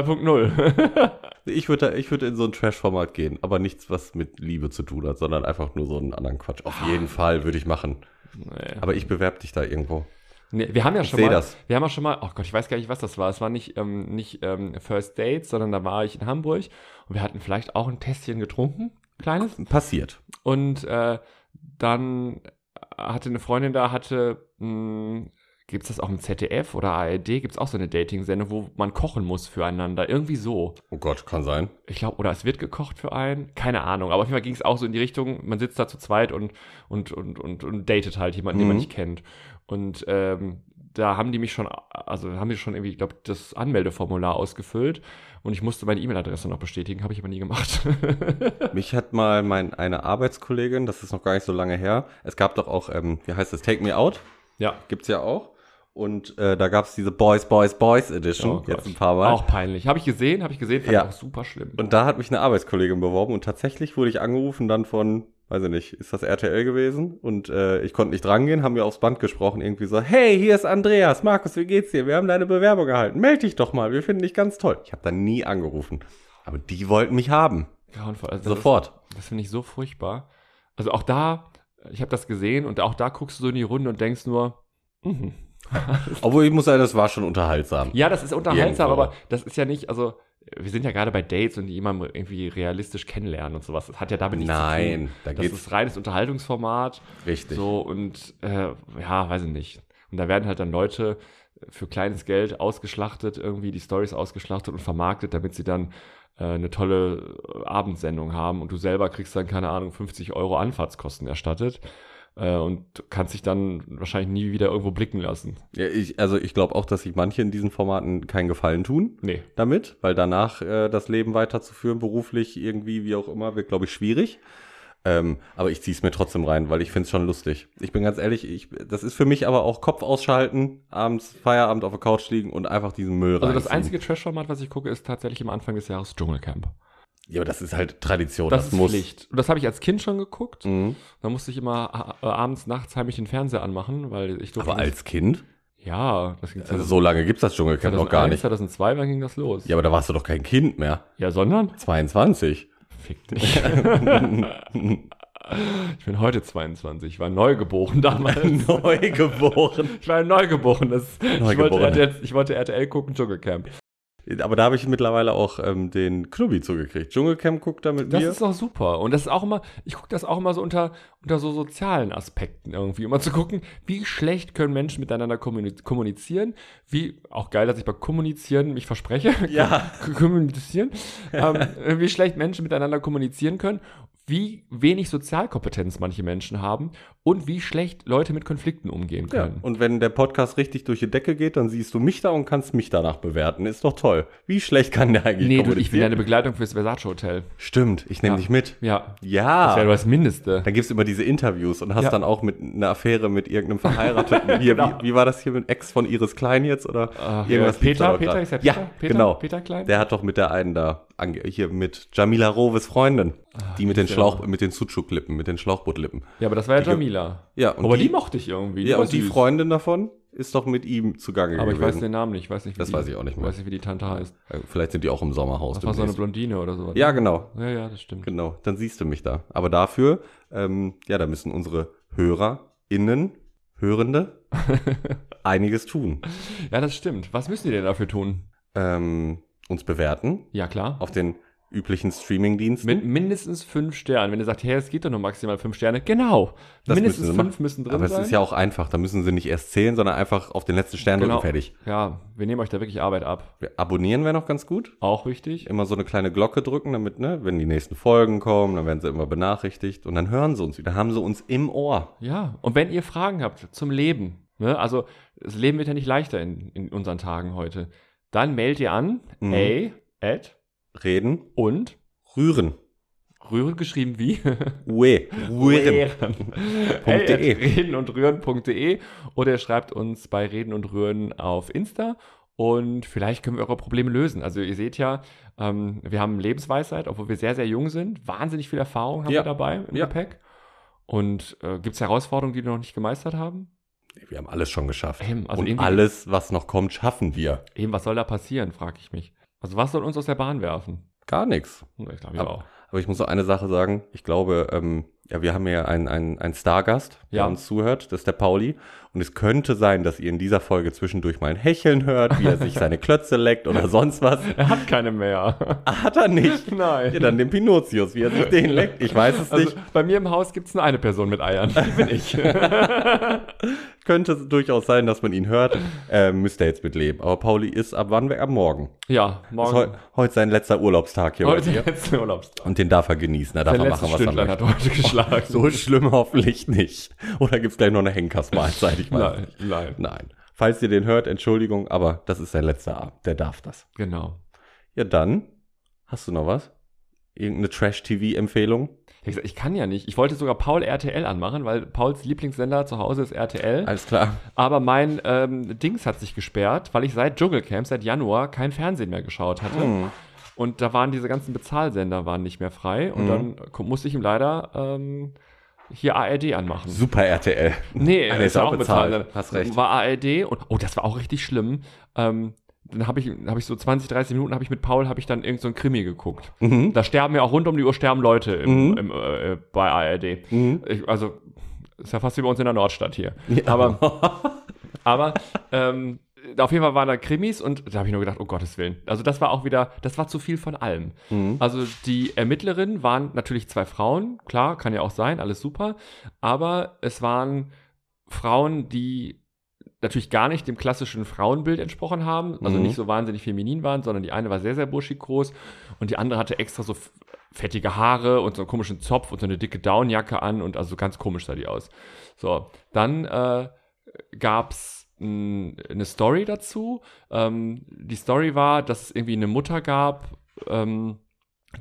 Speaker 2: 2.0.
Speaker 1: Ich würde da- ich würde in so ein Trash-Format gehen, aber nichts, was mit Liebe zu tun hat, sondern einfach nur so einen anderen Quatsch. Auf jeden Fall würde ich machen.
Speaker 2: (laughs) Nee.
Speaker 1: Aber ich bewerbe dich da irgendwo.
Speaker 2: Nee, wir haben ja schon
Speaker 1: seh
Speaker 2: mal,
Speaker 1: das.
Speaker 2: wir haben ja schon mal, oh Gott, ich weiß gar nicht, was das war. Es war nicht, ähm, nicht ähm, First Dates, sondern da war ich in Hamburg und wir hatten vielleicht auch ein Tässchen getrunken, kleines.
Speaker 1: Passiert.
Speaker 2: Und äh, dann hatte eine Freundin da, hatte, mh, gibt's das auch im ZDF oder ARD, gibt's auch so eine Dating-Sendung, wo man kochen muss füreinander, irgendwie so.
Speaker 1: Oh Gott, kann sein.
Speaker 2: Ich glaube, oder es wird gekocht für einen, keine Ahnung. Aber auf jeden Fall ging's auch so in die Richtung, man sitzt da zu zweit und, und, und, und, und datet halt jemanden, den man
Speaker 1: Mhm.
Speaker 2: nicht kennt. Und ähm, da haben die mich schon, also haben die schon irgendwie, ich glaube, das Anmeldeformular ausgefüllt. Und ich musste meine E-Mail-Adresse noch bestätigen, habe ich aber nie gemacht.
Speaker 1: (laughs)
Speaker 2: (laughs)
Speaker 1: Mich hat mal mein, eine Arbeitskollegin, das ist noch gar nicht so lange her, es gab doch auch, ähm, wie heißt das, Take Me Out,
Speaker 2: ja.
Speaker 1: gibt's ja auch. Und äh, da gab's diese Boys, Boys, Boys Edition,
Speaker 2: Oh Gott.
Speaker 1: jetzt ein paar Mal.
Speaker 2: Auch peinlich. Habe ich gesehen, habe ich gesehen, fand
Speaker 1: Ja.
Speaker 2: ich auch super schlimm.
Speaker 1: Und da hat mich eine Arbeitskollegin beworben und tatsächlich wurde ich angerufen dann von, weiß ich nicht, ist das RTL gewesen? Und äh, ich konnte nicht rangehen, haben mir aufs Band gesprochen, irgendwie so, hey, hier ist Andreas, Markus, wie geht's dir? Wir haben deine Bewerbung erhalten, melde dich doch mal, wir finden dich ganz toll. Ich habe da nie angerufen, aber die wollten mich haben,
Speaker 2: Grauenvoll. Also das
Speaker 1: sofort.
Speaker 2: (laughs) Ist, das finde ich so furchtbar. Also auch da, ich habe das gesehen und auch da guckst du so in die Runde und denkst nur, mhm.
Speaker 1: Obwohl ich muss sagen, das war schon unterhaltsam.
Speaker 2: Ja, das ist unterhaltsam,
Speaker 1: Irgendwo.
Speaker 2: aber das ist ja nicht, also wir sind ja gerade bei Dates und jemanden irgendwie realistisch kennenlernen und sowas. Das hat ja damit nichts
Speaker 1: Nein,
Speaker 2: zu
Speaker 1: da
Speaker 2: tun. Das
Speaker 1: geht's
Speaker 2: ist reines Unterhaltungsformat.
Speaker 1: richtig.
Speaker 2: So und äh, ja, weiß ich nicht. Und da werden halt dann Leute für kleines Geld ausgeschlachtet, irgendwie die Stories ausgeschlachtet und vermarktet, damit sie dann äh, eine tolle äh, Abendsendung haben und du selber kriegst dann, keine Ahnung, 50 Euro Anfahrtskosten erstattet äh, und kannst dich dann wahrscheinlich nie wieder irgendwo blicken lassen.
Speaker 1: Ja, ich, also ich glaube auch, dass sich manche in diesen Formaten keinen Gefallen tun.
Speaker 2: Nee.
Speaker 1: damit, weil danach äh, das Leben weiterzuführen, beruflich irgendwie, wie auch immer, wird, glaube ich, schwierig. Ähm, aber ich ziehe es mir trotzdem rein, weil ich finde es schon lustig. Ich bin ganz ehrlich, ich, das ist für mich aber auch Kopf ausschalten, abends Feierabend auf der Couch liegen und einfach diesen Müll
Speaker 2: Also das
Speaker 1: reinziehen.
Speaker 2: einzige Trash-Format, was ich gucke, ist tatsächlich am Anfang des Jahres Dschungelcamp.
Speaker 1: Ja, aber das ist halt Tradition, Oh,
Speaker 2: Das,
Speaker 1: das,
Speaker 2: ist
Speaker 1: muss.
Speaker 2: Pflicht. Und das habe ich als Kind schon geguckt.
Speaker 1: Mhm.
Speaker 2: Da musste ich immer äh, abends, nachts heimlich den Fernseher anmachen, weil ich durfte.
Speaker 1: Aber
Speaker 2: nicht-
Speaker 1: als Kind?
Speaker 2: Ja, das ging
Speaker 1: Also so lange gibt's das Dschungelcamp noch gar nicht.
Speaker 2: 2002, wann ging das los?
Speaker 1: Ja, aber da warst du doch kein Kind mehr.
Speaker 2: Ja, sondern? (laughs)
Speaker 1: 22. (laughs)
Speaker 2: Fick dich. ich bin heute 22, ich war
Speaker 1: (laughs)
Speaker 2: neugeboren damals.
Speaker 1: Neugeboren.
Speaker 2: Ich war ein Neugeborenes. Ich, wollte
Speaker 1: Neugeboren.
Speaker 2: RTL, ich wollte RTL gucken, Dschungelcamp.
Speaker 1: Aber da habe ich mittlerweile auch ähm, den Knubi zugekriegt. Dschungelcamp guckt da mit
Speaker 2: Das
Speaker 1: mir.
Speaker 2: ist auch super. Und das ist auch immer, ich gucke das auch immer so unter, unter so sozialen Aspekten irgendwie. Immer zu gucken, wie schlecht können Menschen miteinander kommuniz- kommunizieren. Wie, auch geil, dass ich bei kommunizieren mich verspreche.
Speaker 1: Ja.
Speaker 2: K- kommunizieren.
Speaker 1: (laughs)
Speaker 2: ähm, wie schlecht Menschen miteinander kommunizieren können. Wie wenig Sozialkompetenz manche Menschen haben. Und wie schlecht Leute mit Konflikten umgehen
Speaker 1: Ja,
Speaker 2: können.
Speaker 1: und wenn der Podcast richtig durch die Decke geht, dann siehst du mich da und kannst mich danach bewerten. Ist doch toll. Wie schlecht kann der eigentlich
Speaker 2: nee, du, ich will
Speaker 1: kommunizieren?
Speaker 2: deine Begleitung fürs Versace Hotel.
Speaker 1: Stimmt, ich nehme
Speaker 2: Ja.
Speaker 1: dich mit.
Speaker 2: Ja. Das wäre
Speaker 1: Ja.
Speaker 2: das Mindeste.
Speaker 1: Dann Ah. gibt's immer diese Interviews und hast
Speaker 2: Ja. Genau.
Speaker 1: dann auch mit einer Affäre mit irgendeinem
Speaker 2: (laughs)
Speaker 1: Verheirateten. Hier, wie, wie war das hier mit Ex von Iris Klein jetzt? Oder
Speaker 2: Ach,
Speaker 1: irgendwas liegt's da
Speaker 2: Ah,
Speaker 1: doch
Speaker 2: Peter, Peter,
Speaker 1: grad.
Speaker 2: ist ja Peter,
Speaker 1: ja,
Speaker 2: Peter,
Speaker 1: genau.
Speaker 2: Peter Klein.
Speaker 1: Der hat doch mit der einen da, ange hier mit Jamila Roves Freundin, die mit den
Speaker 2: Ah, ja.
Speaker 1: Schlauch, mit den Sucuk-Lippen, mit den Schlauchbootlippen.
Speaker 2: Ja, aber das war ja
Speaker 1: Die-
Speaker 2: Jamila.
Speaker 1: Ja, und
Speaker 2: aber die,
Speaker 1: die-
Speaker 2: mochte ich irgendwie.
Speaker 1: Ja,
Speaker 2: war
Speaker 1: und die
Speaker 2: süß.
Speaker 1: Freundin davon, ist doch mit ihm zugange
Speaker 2: Aber ich
Speaker 1: gewesen.
Speaker 2: weiß den Namen nicht. Ich weiß nicht, wie
Speaker 1: Das
Speaker 2: die,
Speaker 1: weiß ich auch nicht mehr.
Speaker 2: Weiß nicht, wie die Tante heißt.
Speaker 1: Äh, Vielleicht sind die auch im Sommerhaus.
Speaker 2: Das war so eine
Speaker 1: demnächst.
Speaker 2: Blondine oder so.
Speaker 1: ja, genau.
Speaker 2: Ja, ja, das stimmt.
Speaker 1: Genau, dann siehst du mich da. Aber dafür, ähm, ja, da müssen unsere HörerInnen,
Speaker 2: (laughs)
Speaker 1: Hörende, einiges tun.
Speaker 2: Ja, das stimmt. Was müssen die denn dafür tun?
Speaker 1: Ähm, uns bewerten
Speaker 2: Ja, klar.
Speaker 1: auf den üblichen Streamingdiensten.
Speaker 2: Mit mindestens fünf Sternen. Wenn ihr sagt, hey, es geht doch nur maximal fünf Sterne. Genau.
Speaker 1: Das
Speaker 2: mindestens
Speaker 1: müssen sie
Speaker 2: fünf müssen drin
Speaker 1: Aber
Speaker 2: sein.
Speaker 1: es ist ja auch einfach, da müssen sie nicht erst zählen, sondern einfach auf den letzten Stern
Speaker 2: Genau.
Speaker 1: drücken, fertig.
Speaker 2: ja, wir nehmen euch da wirklich Arbeit ab.
Speaker 1: Wir abonnieren wäre noch ganz gut.
Speaker 2: Auch wichtig.
Speaker 1: Immer so eine kleine Glocke drücken, damit, ne, wenn die nächsten Folgen kommen, dann werden sie immer benachrichtigt und dann hören sie uns wieder, haben sie uns im Ohr.
Speaker 2: Ja, und wenn ihr Fragen habt zum Leben, ne, also das Leben wird ja nicht leichter in, in unseren Tagen heute, dann meldet ihr an,
Speaker 1: Mhm.
Speaker 2: ey, at
Speaker 1: Reden,
Speaker 2: und
Speaker 1: rühren.
Speaker 2: rühren geschrieben wie?
Speaker 1: Ue, rühren.
Speaker 2: (laughs) Hey, at
Speaker 1: .de.
Speaker 2: reden und rühren.de E. oder ihr schreibt uns bei Reden und Rühren auf Insta und vielleicht können wir eure Probleme lösen. Also ihr seht ja, ähm, wir haben Lebensweisheit, obwohl wir sehr, sehr jung sind. Wahnsinnig viel Erfahrung haben
Speaker 1: Ja.
Speaker 2: wir dabei im
Speaker 1: Ja.
Speaker 2: Gepäck. Und äh, gibt es Herausforderungen, die wir noch nicht gemeistert haben?
Speaker 1: Wir haben alles schon geschafft.
Speaker 2: Eben, also
Speaker 1: und
Speaker 2: irgendwie-
Speaker 1: alles, was noch kommt, schaffen wir.
Speaker 2: Eben, was soll da passieren, frage ich mich. Also was soll uns aus der Bahn werfen?
Speaker 1: Gar nichts.
Speaker 2: Hm, Ich glaube, ich
Speaker 1: Aber-
Speaker 2: auch.
Speaker 1: Aber ich muss so eine Sache sagen. Ich glaube, ähm, ja, wir haben ja einen, einen, einen Stargast, der
Speaker 2: Ja.
Speaker 1: uns zuhört. Das ist der Pauli. Und es könnte sein, dass ihr in dieser Folge zwischendurch mal ein Hecheln hört, wie er
Speaker 2: (laughs)
Speaker 1: sich seine Klötze leckt oder sonst was.
Speaker 2: Er hat
Speaker 1: (laughs)
Speaker 2: keine mehr.
Speaker 1: Ah, Hat er nicht.
Speaker 2: Nein.
Speaker 1: Ja, dann den Pinotius, wie er sich den leckt. Ich weiß es
Speaker 2: also,
Speaker 1: nicht.
Speaker 2: bei mir im Haus gibt es nur eine Person mit
Speaker 1: (laughs)
Speaker 2: Eiern. Die bin ich.
Speaker 1: Könnte es durchaus sein, dass man ihn hört. Ähm, müsste er jetzt mitleben. Aber Pauli ist ab wann weg? Ab morgen.
Speaker 2: ja,
Speaker 1: Ist heu
Speaker 2: morgen.
Speaker 1: heute sein letzter Urlaubstag hier
Speaker 2: Heute
Speaker 1: bei dir.
Speaker 2: letzten Urlaubstag.
Speaker 1: Und den darf er genießen. Da darf
Speaker 2: Sein
Speaker 1: er
Speaker 2: letztes
Speaker 1: machen, was er
Speaker 2: Stündlein
Speaker 1: möchte. (laughs)
Speaker 2: hat heute geschlagen.
Speaker 1: So schlimm hoffentlich nicht. Oder gibt's gleich noch eine Henkersmahlzeit? Ich weiß
Speaker 2: nein,
Speaker 1: nicht.
Speaker 2: nein.
Speaker 1: Nein. Falls ihr den hört, Entschuldigung, aber das ist sein letzter Abend. Der darf das.
Speaker 2: Genau.
Speaker 1: Ja, dann. Hast du noch was? Irgendeine Trash-TV-Empfehlung?
Speaker 2: Ich, hab gesagt, ich kann ja nicht. Ich wollte sogar Paul RTL anmachen, weil Pauls Lieblingssender zu Hause ist RTL.
Speaker 1: Alles klar.
Speaker 2: Aber mein ähm, Dings hat sich gesperrt, weil ich seit Dschungelcamp, seit Januar, kein Fernsehen mehr geschaut hatte.
Speaker 1: Hm.
Speaker 2: Und da waren diese ganzen Bezahlsender waren nicht mehr frei. Und
Speaker 1: Mhm.
Speaker 2: dann ko- musste ich ihm leider ähm, hier ARD anmachen.
Speaker 1: Super RTL.
Speaker 2: Nee,
Speaker 1: Ah,
Speaker 2: er
Speaker 1: der
Speaker 2: ist ja auch bezahlt.
Speaker 1: Hast recht.
Speaker 2: War ARD und oh, das war auch richtig schlimm. Ähm, dann habe ich, hab ich so 20, 30 Minuten habe ich mit Paul habe ich dann irgend so ein Krimi geguckt.
Speaker 1: Mhm.
Speaker 2: Da sterben ja auch rund um die Uhr sterben Leute im,
Speaker 1: Mhm.
Speaker 2: im, äh, bei ARD.
Speaker 1: Mhm.
Speaker 2: Ich, also ist ja fast wie bei uns in der Nordstadt hier. Aber aber ähm, auf jeden Fall waren da Krimis und da habe ich nur gedacht, oh Gottes Willen. Also das war auch wieder, das war zu viel von allem.
Speaker 1: (laughs) Mhm.
Speaker 2: Also die Ermittlerinnen waren natürlich zwei Frauen, klar, kann ja auch sein, alles super. Aber es waren Frauen, die natürlich gar nicht dem klassischen Frauenbild entsprochen haben, also
Speaker 1: Mhm.
Speaker 2: nicht so wahnsinnig feminin waren, sondern die eine war sehr, sehr buschig groß und die andere hatte extra so f- fettige Haare und so einen komischen Zopf und so eine dicke Downjacke an und also ganz komisch sah die aus. So, dann äh, gab's mh, eine Story dazu. Ähm, die Story war, dass es irgendwie eine Mutter gab, ähm,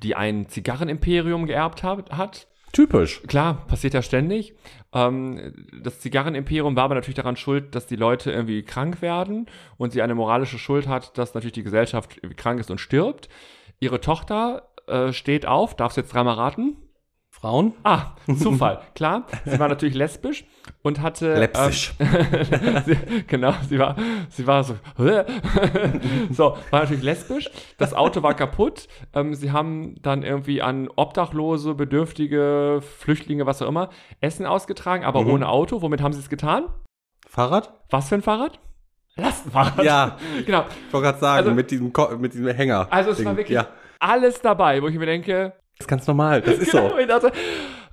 Speaker 2: die ein Zigarrenimperium geerbt hat, hat.
Speaker 1: Typisch.
Speaker 2: Klar, passiert ja ständig. Ähm, das Zigarrenimperium war aber natürlich daran schuld, dass die Leute irgendwie krank werden und sie eine moralische Schuld hat, dass natürlich die Gesellschaft irgendwie krank ist und stirbt. Ihre Tochter äh, steht auf, darfst jetzt dreimal raten?
Speaker 1: Frauen?
Speaker 2: Ah, Zufall, klar. Sie war natürlich lesbisch und
Speaker 1: Äh,
Speaker 2: hatte. ähm,
Speaker 1: Lepsisch.
Speaker 2: (laughs) sie, genau, sie war, sie war so. (laughs) so, war natürlich lesbisch. Das Auto war kaputt. Ähm, sie haben dann irgendwie an Obdachlose, Bedürftige, Flüchtlinge, was auch immer, Essen ausgetragen, aber
Speaker 1: Mhm.
Speaker 2: ohne Auto. Womit haben sie es getan?
Speaker 1: Fahrrad?
Speaker 2: Was für ein Fahrrad? Lastenfahrrad.
Speaker 1: Ja,
Speaker 2: Genau.
Speaker 1: ich wollte gerade sagen,
Speaker 2: Also-
Speaker 1: mit, diesem Ko mit diesem Hänger.
Speaker 2: Also es war
Speaker 1: Ding.
Speaker 2: wirklich
Speaker 1: Ja,
Speaker 2: alles dabei, wo ich mir denke,
Speaker 1: das ist ganz normal. Das ist
Speaker 2: genau,
Speaker 1: so.
Speaker 2: ich dachte,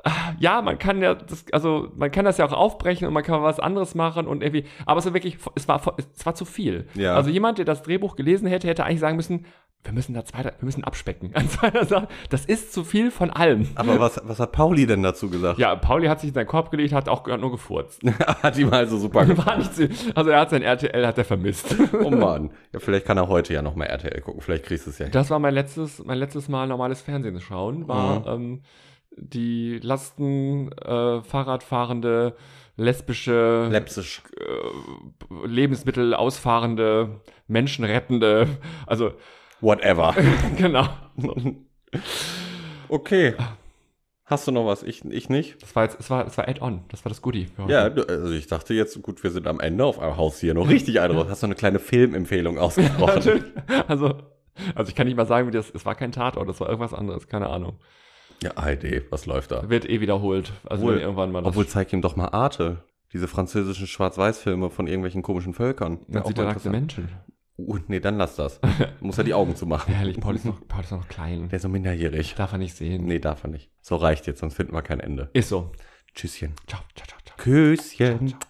Speaker 2: ah, ja, man kann ja das, also man kann das ja auch aufbrechen und man kann was anderes machen und irgendwie, aber es war wirklich, es war, es war zu viel.
Speaker 1: Ja.
Speaker 2: Also jemand, der das Drehbuch gelesen hätte, hätte eigentlich sagen müssen, wir müssen da zwei, wir müssen abspecken. An (laughs) zweiter Sache, das ist zu viel von allem.
Speaker 1: Aber was, was hat Pauli denn dazu (laughs) gesagt?
Speaker 2: Ja, Pauli hat sich in seinen Korb gelegt, hat auch hat nur gefurzt. (laughs)
Speaker 1: hat ihm also super gefallen.
Speaker 2: War nicht, zu- also er hat sein RTL, hat er vermisst. (laughs)
Speaker 1: Oh Mann. Ja, vielleicht kann er heute ja nochmal RTL gucken. Vielleicht kriegst du es ja hin.
Speaker 2: Das war mein letztes, mein letztes Mal normales Fernsehen schauen, war
Speaker 1: Mhm.
Speaker 2: ähm, die Lasten, äh, Fahrradfahrende, lesbische,
Speaker 1: Lepsisch.
Speaker 2: äh, Lebensmittel ausfahrende, menschenrettende, (laughs) also
Speaker 1: Whatever.
Speaker 2: genau. So.
Speaker 1: okay. Hast du noch was? Ich, ich nicht.
Speaker 2: Das war jetzt, es war, es war Add-on. Das war das Goodie. für heute.
Speaker 1: Ja, du- also ich dachte jetzt, gut, wir sind am Ende auf einem Haus hier noch richtig ein. raus. Hast du eine kleine Filmempfehlung
Speaker 2: (laughs)
Speaker 1: ausgesprochen?
Speaker 2: (laughs) Natürlich. Also, also ich kann nicht mal sagen, wie das, es war kein Tatort, das war irgendwas anderes, keine Ahnung.
Speaker 1: ja, ARD, was läuft da?
Speaker 2: Wird eh wiederholt. Also
Speaker 1: Obwohl-
Speaker 2: wenn irgendwann mal das,
Speaker 1: Obwohl, zeig ihm doch mal Arte. Diese französischen Schwarz-Weiß-Filme von irgendwelchen komischen Völkern.
Speaker 2: dann
Speaker 1: Auch
Speaker 2: sieht
Speaker 1: mal
Speaker 2: er nackte
Speaker 1: interessant.
Speaker 2: Menschen.
Speaker 1: Uh, nee, dann lass das. Muss er die Augen
Speaker 2: (laughs)
Speaker 1: zumachen.
Speaker 2: Herrlich, Paul ist noch, Paul ist noch klein.
Speaker 1: (laughs) Der ist so minderjährig.
Speaker 2: Darf er nicht sehen.
Speaker 1: Nee, darf er nicht. So reicht jetzt, sonst finden wir kein Ende.
Speaker 2: Ist so.
Speaker 1: Tschüsschen.
Speaker 2: Ciao, ciao, ciao, ciao.
Speaker 1: Küsschen.
Speaker 2: Ciao, ciao.